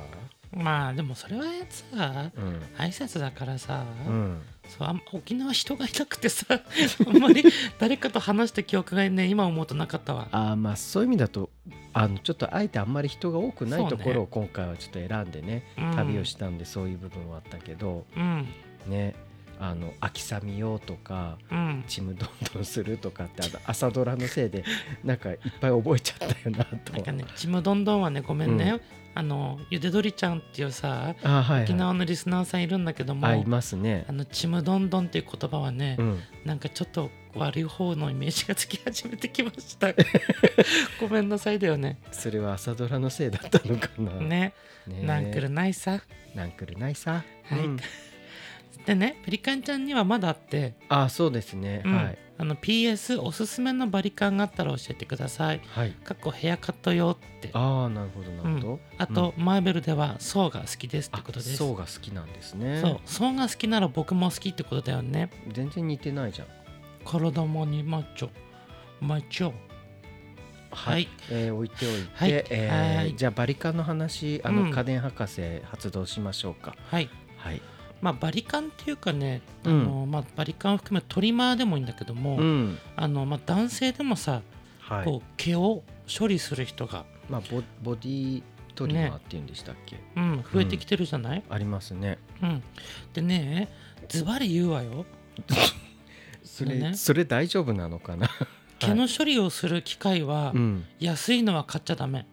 [SPEAKER 2] まあでもそれはさ
[SPEAKER 1] うん、
[SPEAKER 2] 挨拶だからさ、
[SPEAKER 1] うん、
[SPEAKER 2] そうあん沖縄人がいなくてさ [LAUGHS] あんまり誰かと話した記憶がね今思うとなかったわ
[SPEAKER 1] あーまあそういう意味だとあのちょっとあえてあんまり人が多くな
[SPEAKER 2] そ
[SPEAKER 1] いう
[SPEAKER 2] ね
[SPEAKER 1] ところを今回はちょっと選んでね
[SPEAKER 2] うん
[SPEAKER 1] 旅をしたんでそういう部分はあったけど
[SPEAKER 2] うん
[SPEAKER 1] ねあの秋雨よとか
[SPEAKER 2] うん
[SPEAKER 1] ちむどんどんするとかってあの朝ドラのせいでなんかいっぱい覚えちゃったよな
[SPEAKER 2] なんか
[SPEAKER 1] と。
[SPEAKER 2] ねちむどんどんはねごめんね、あのゆでどりちゃんっていうさ
[SPEAKER 1] あーはい、
[SPEAKER 2] 沖
[SPEAKER 1] はい
[SPEAKER 2] 縄のリスナーさんいるんだけども、
[SPEAKER 1] あいますね
[SPEAKER 2] あ。のちむどんどんっていう言葉はね、
[SPEAKER 1] うん、
[SPEAKER 2] なんかちょっと悪い方のイメージがつき始めてきました
[SPEAKER 1] [LAUGHS]
[SPEAKER 2] ごめんなさいだよね
[SPEAKER 1] それは朝ドラのせいだったのかな。
[SPEAKER 2] ね
[SPEAKER 1] ね
[SPEAKER 2] なんくるないさ
[SPEAKER 1] なんくるないさ。
[SPEAKER 2] はい
[SPEAKER 1] うん
[SPEAKER 2] でねペリカンちゃんにはまだあって、
[SPEAKER 1] あーそうですね。
[SPEAKER 2] うん
[SPEAKER 1] はい
[SPEAKER 2] あの PS おすすめのバリカンがあったら教えてください
[SPEAKER 1] はい。
[SPEAKER 2] かっこヘアカット用ってあ
[SPEAKER 1] ああなるほどなるほど。
[SPEAKER 2] と、マーベルではソーが好きですって
[SPEAKER 1] あ
[SPEAKER 2] ことです
[SPEAKER 1] そうが好きなんですね。
[SPEAKER 2] そうソーが好きなら僕も好きってことだよね
[SPEAKER 1] 全然似てないじゃん。
[SPEAKER 2] 体もにマッチョマッチョはい、
[SPEAKER 1] えー置いておいて、
[SPEAKER 2] はい
[SPEAKER 1] えー
[SPEAKER 2] はい
[SPEAKER 1] じゃあバリカンの話あの、
[SPEAKER 2] うん
[SPEAKER 1] 家電博士発動しましょうか
[SPEAKER 2] はい
[SPEAKER 1] はい
[SPEAKER 2] まあバリカンっていうかね、
[SPEAKER 1] うん
[SPEAKER 2] あのまあ、バリカンを含めトリマーでもいいんだけども、
[SPEAKER 1] うん
[SPEAKER 2] あのまあ、男性でもさ、
[SPEAKER 1] はい
[SPEAKER 2] こう毛を処理する人が、
[SPEAKER 1] まあボボディトリマーっていうんでしたっけ、
[SPEAKER 2] うん、増えてきてるじゃない、
[SPEAKER 1] ありますね
[SPEAKER 2] うんでねズバリ言うわよ
[SPEAKER 1] そ
[SPEAKER 2] れね
[SPEAKER 1] それ大丈夫なのか
[SPEAKER 2] [LAUGHS]
[SPEAKER 1] な
[SPEAKER 2] 毛の処理をする機械は、
[SPEAKER 1] うん
[SPEAKER 2] 安いのは買っちゃダメ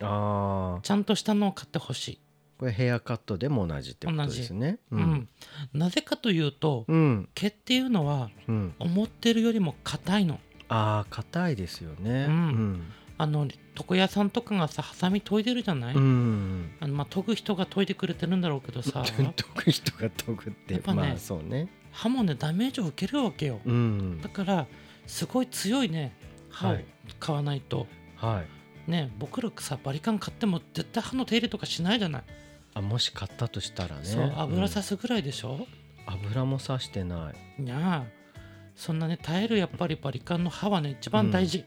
[SPEAKER 1] ああ
[SPEAKER 2] ちゃんとしたのを買ってほしい、
[SPEAKER 1] これヘアカットでも同じってことですねう
[SPEAKER 2] うん
[SPEAKER 1] ん
[SPEAKER 2] なぜかというと、
[SPEAKER 1] うん
[SPEAKER 2] 毛っていうのは
[SPEAKER 1] うん
[SPEAKER 2] 思ってるよりも硬いの
[SPEAKER 1] ああ硬いですよねう
[SPEAKER 2] う
[SPEAKER 1] んん
[SPEAKER 2] あの床屋さんとかがさハサミ研いでるじゃない、
[SPEAKER 1] うん
[SPEAKER 2] あのまあ、研ぐ人が研いでくれてるんだろうけ
[SPEAKER 1] [LAUGHS]
[SPEAKER 2] どさ
[SPEAKER 1] 研ぐ人が研ぐっ
[SPEAKER 2] や
[SPEAKER 1] て
[SPEAKER 2] っぱね
[SPEAKER 1] まあそうね
[SPEAKER 2] 歯もねダメージを受けるわけよ、
[SPEAKER 1] うん
[SPEAKER 2] だからすごい強いね歯を
[SPEAKER 1] はい
[SPEAKER 2] 買わないと、
[SPEAKER 1] はい
[SPEAKER 2] ね僕らさバリカン買っても絶対歯の手入れとかしないじゃない、
[SPEAKER 1] あもし買ったとしたらね
[SPEAKER 2] そう油
[SPEAKER 1] うん
[SPEAKER 2] さすぐらいでしょ、
[SPEAKER 1] 油もさしてない
[SPEAKER 2] にゃあそんなね耐えるやっぱりバリカンの歯はね一番大事、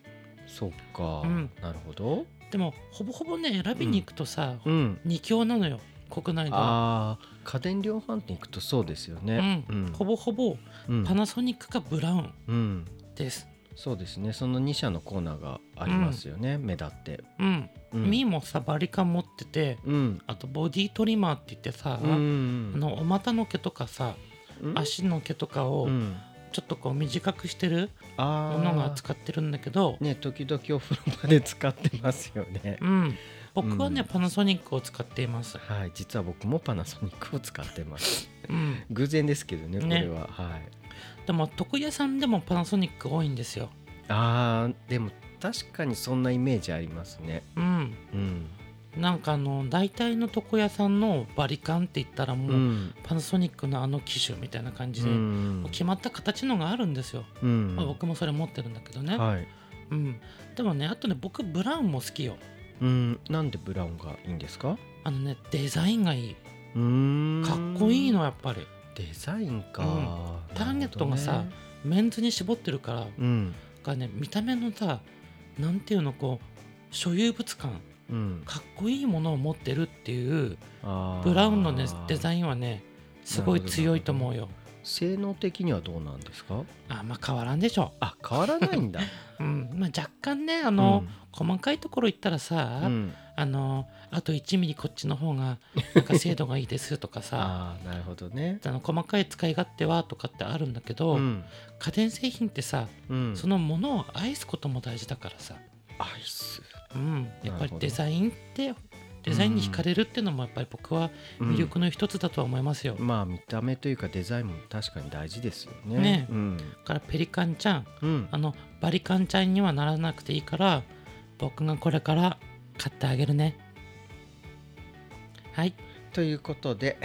[SPEAKER 1] そっか、
[SPEAKER 2] うん
[SPEAKER 1] なるほど
[SPEAKER 2] でもほぼほぼね選びに行くとさ、
[SPEAKER 1] うん
[SPEAKER 2] 二強なのよ国内では、
[SPEAKER 1] あー家電量販店行くとそうですよ
[SPEAKER 2] う
[SPEAKER 1] ね
[SPEAKER 2] んほぼほぼ
[SPEAKER 1] うん
[SPEAKER 2] パナソニックかブラウン
[SPEAKER 1] うん
[SPEAKER 2] です
[SPEAKER 1] そうですねその2社のコーナーがありますよね、目立って
[SPEAKER 2] うん、
[SPEAKER 1] うん
[SPEAKER 2] ミーもさバリカン持ってて
[SPEAKER 1] うん
[SPEAKER 2] あとボディトリマーって言ってさ、
[SPEAKER 1] うん
[SPEAKER 2] あのお股の毛とかさ
[SPEAKER 1] うん
[SPEAKER 2] 足の毛とかを
[SPEAKER 1] うん
[SPEAKER 2] ちょっとこう短くしてる
[SPEAKER 1] あ
[SPEAKER 2] も
[SPEAKER 1] ー
[SPEAKER 2] のが使ってるんだけど、
[SPEAKER 1] ね時々お風呂場で使ってますよね
[SPEAKER 2] うん、僕はね、
[SPEAKER 1] うん
[SPEAKER 2] パナソニックを使っています、
[SPEAKER 1] はい実は僕もパナソニックを使ってます
[SPEAKER 2] うん、
[SPEAKER 1] 偶然ですけどねこ
[SPEAKER 2] ね
[SPEAKER 1] れは、はい
[SPEAKER 2] でも床屋さんでもパナソニック多いんですよ、
[SPEAKER 1] あーでも確かにそんなイメージありますね
[SPEAKER 2] うん、
[SPEAKER 1] うん、
[SPEAKER 2] なんかあの大体の床屋さんのバリカンって言ったらもう、
[SPEAKER 1] うん
[SPEAKER 2] パナソニックのあの機種みたいな感じ
[SPEAKER 1] う
[SPEAKER 2] で、
[SPEAKER 1] ん
[SPEAKER 2] 決まった形のがあるんですよ、
[SPEAKER 1] うん
[SPEAKER 2] まあ、僕もそれ持ってるんだけどね、
[SPEAKER 1] はい
[SPEAKER 2] うん、でもねあとね僕ブラウンも好きよ
[SPEAKER 1] うん、なんでブラウンがいいんですか
[SPEAKER 2] あのねデザインがいいか
[SPEAKER 1] か
[SPEAKER 2] っこいいのやっぱり
[SPEAKER 1] デザインか、
[SPEAKER 2] うんターゲットがさ
[SPEAKER 1] なるほ
[SPEAKER 2] メンズに絞ってるから
[SPEAKER 1] どね
[SPEAKER 2] がね見た目のさなんていうのこう所有物感
[SPEAKER 1] うんうん、
[SPEAKER 2] かっこいいものを持ってるっていう
[SPEAKER 1] あー
[SPEAKER 2] ブラウンのねデザインはねすごい強いと思うよ
[SPEAKER 1] 性能的にはどうなんですか
[SPEAKER 2] あんま変わらんでしょ、
[SPEAKER 1] あ変わらないんだ
[SPEAKER 2] うん [LAUGHS] まあ、若干ねあの、細かいところ言ったらさ、
[SPEAKER 1] うんうん
[SPEAKER 2] あのあと1ミリこっちの方がなんか精度がいいですとかさ
[SPEAKER 1] [LAUGHS] ああなるほどね
[SPEAKER 2] あの細かい使い勝手はとかってあるんだけど、
[SPEAKER 1] うん
[SPEAKER 2] 家電製品ってさ
[SPEAKER 1] うん
[SPEAKER 2] そのものを愛すことも大事だからさ、
[SPEAKER 1] アイス
[SPEAKER 2] うん、や
[SPEAKER 1] な
[SPEAKER 2] っぱ
[SPEAKER 1] る
[SPEAKER 2] り
[SPEAKER 1] ほど
[SPEAKER 2] デザインってデザインに惹かれるっていうのもやっぱり僕は魅力の一つだとは思いますよ、
[SPEAKER 1] まあ見た目というかデザインも確かに大事ですよね
[SPEAKER 2] ね
[SPEAKER 1] うん
[SPEAKER 2] だからペリカンちゃん
[SPEAKER 1] うん
[SPEAKER 2] あのバリカンちゃんにはならなくていいから僕がこれから買ってあげるねはい
[SPEAKER 1] ということで、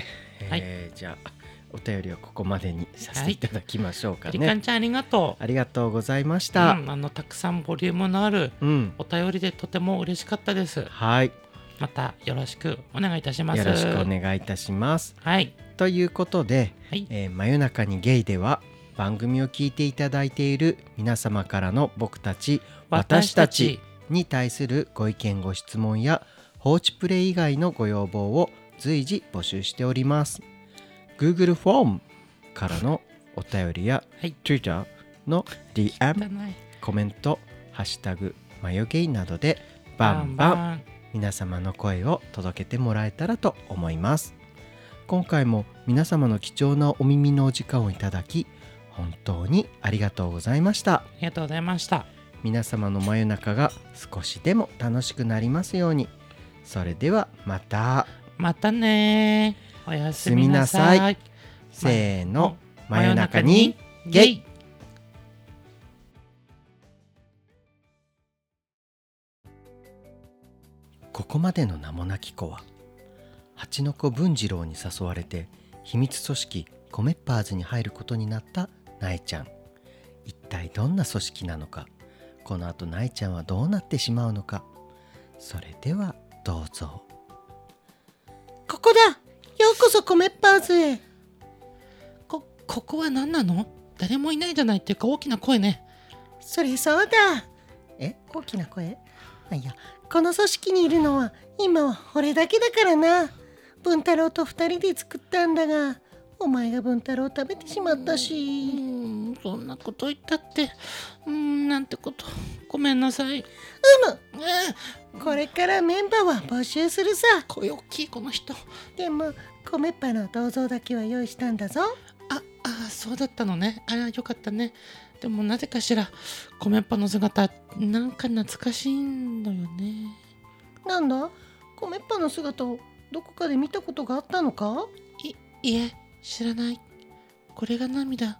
[SPEAKER 2] はい
[SPEAKER 1] えーじゃあお便りはここまでにさせていただきましょうか
[SPEAKER 2] ペ
[SPEAKER 1] ね、
[SPEAKER 2] リカンちゃんありがとう
[SPEAKER 1] ありがとうございまし
[SPEAKER 2] う
[SPEAKER 1] た
[SPEAKER 2] ん、あのたくさんボリュームのある
[SPEAKER 1] うん、
[SPEAKER 2] お便りでとても嬉しかったです
[SPEAKER 1] はい
[SPEAKER 2] またよろしくお願いいたします
[SPEAKER 1] よろしくお願いいたします
[SPEAKER 2] はい
[SPEAKER 1] ということで、
[SPEAKER 2] はい
[SPEAKER 1] えー真夜中にゲイ」では番組を聞いていただいている皆様からの僕たち私たちに対するご意見ご質問や放置プレイ以外のご要望を随時募集しております Google フォームからのお便りや
[SPEAKER 2] はい
[SPEAKER 1] Twitter の DM
[SPEAKER 2] 汚い
[SPEAKER 1] コメント「ハッシュタグマヨゲイ」などでバンバン
[SPEAKER 2] ン
[SPEAKER 1] 皆様の声を届けてもらえたらと思います今回も皆様の貴重なお耳のお時間をいただき本当にありがとうございました
[SPEAKER 2] ありがとうございました
[SPEAKER 1] 皆様の真夜中が少しでも楽しくなりますようにそれではまた
[SPEAKER 2] またねーおやすみなさ
[SPEAKER 1] す
[SPEAKER 2] い
[SPEAKER 1] みなさせーの真
[SPEAKER 2] 真
[SPEAKER 1] 夜
[SPEAKER 2] 夜
[SPEAKER 1] 中
[SPEAKER 2] 中
[SPEAKER 1] に
[SPEAKER 2] に
[SPEAKER 1] ゲイここまでの名もなき子は八の子文次郎に誘われて秘密組織コメッパーズに入ることになったナエちゃん一体どんな組織なのかこの後ナエちゃんはどうなってしまうのかそれではどうぞ
[SPEAKER 3] ここだようこそコメッパーズへ
[SPEAKER 2] こここは何なの誰もいないじゃないっていうか大きな声ね
[SPEAKER 3] そりゃそうだ
[SPEAKER 1] え
[SPEAKER 3] 大きな声あいやこの組織にいるのは今は俺だけだからな文太郎と二人で作ったんだがお前が文太郎を食べてしまった
[SPEAKER 4] う
[SPEAKER 3] し
[SPEAKER 4] ん
[SPEAKER 2] そんなこと言ったってうーんなんてことごめんなさいう
[SPEAKER 3] むこれからメンバーは募集するさ
[SPEAKER 2] 声大きいこの人
[SPEAKER 3] でもコメッパの銅像だけは用意したんだぞ
[SPEAKER 2] ああそうだったのねあよかったねでもなぜかしらコメッパの姿なんか懐かしいんだよね
[SPEAKER 3] なんだコメッパの姿をどこかで見たことがあったのか
[SPEAKER 2] いえ知らないこれが涙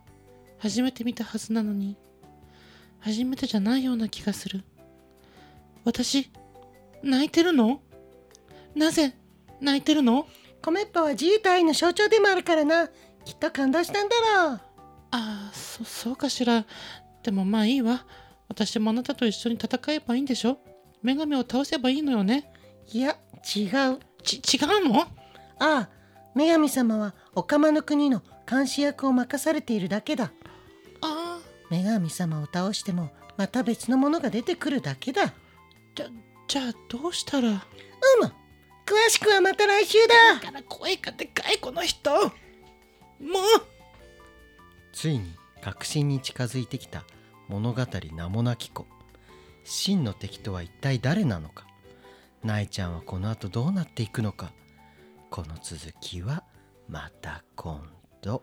[SPEAKER 2] 初めて見たはずなのに初めてじゃないような気がする私泣いてるのなぜ泣いてるの
[SPEAKER 3] コメッパは自由と愛の象徴でもあるからなきっと感動したんだろう
[SPEAKER 2] ああそそうかしらでもまあいいわ私もあなたと一緒に戦えばいいんでしょ女神を倒せばいいのよね
[SPEAKER 3] いや違う
[SPEAKER 2] ち違うの
[SPEAKER 3] ああ女神様はオカマの国の監視役を任されているだけだ
[SPEAKER 2] ああ
[SPEAKER 3] 女神様を倒してもまた別のものが出てくるだけだ
[SPEAKER 2] じゃじゃあどうしたら
[SPEAKER 3] うむ詳しくはまた来週だ
[SPEAKER 2] だから声がでかいこの人もう
[SPEAKER 1] ついに確信に近づいてきた物語名もなき子真の敵とは一体誰なのかナエちゃんはこの後どうなっていくのかこの続きはまた今度。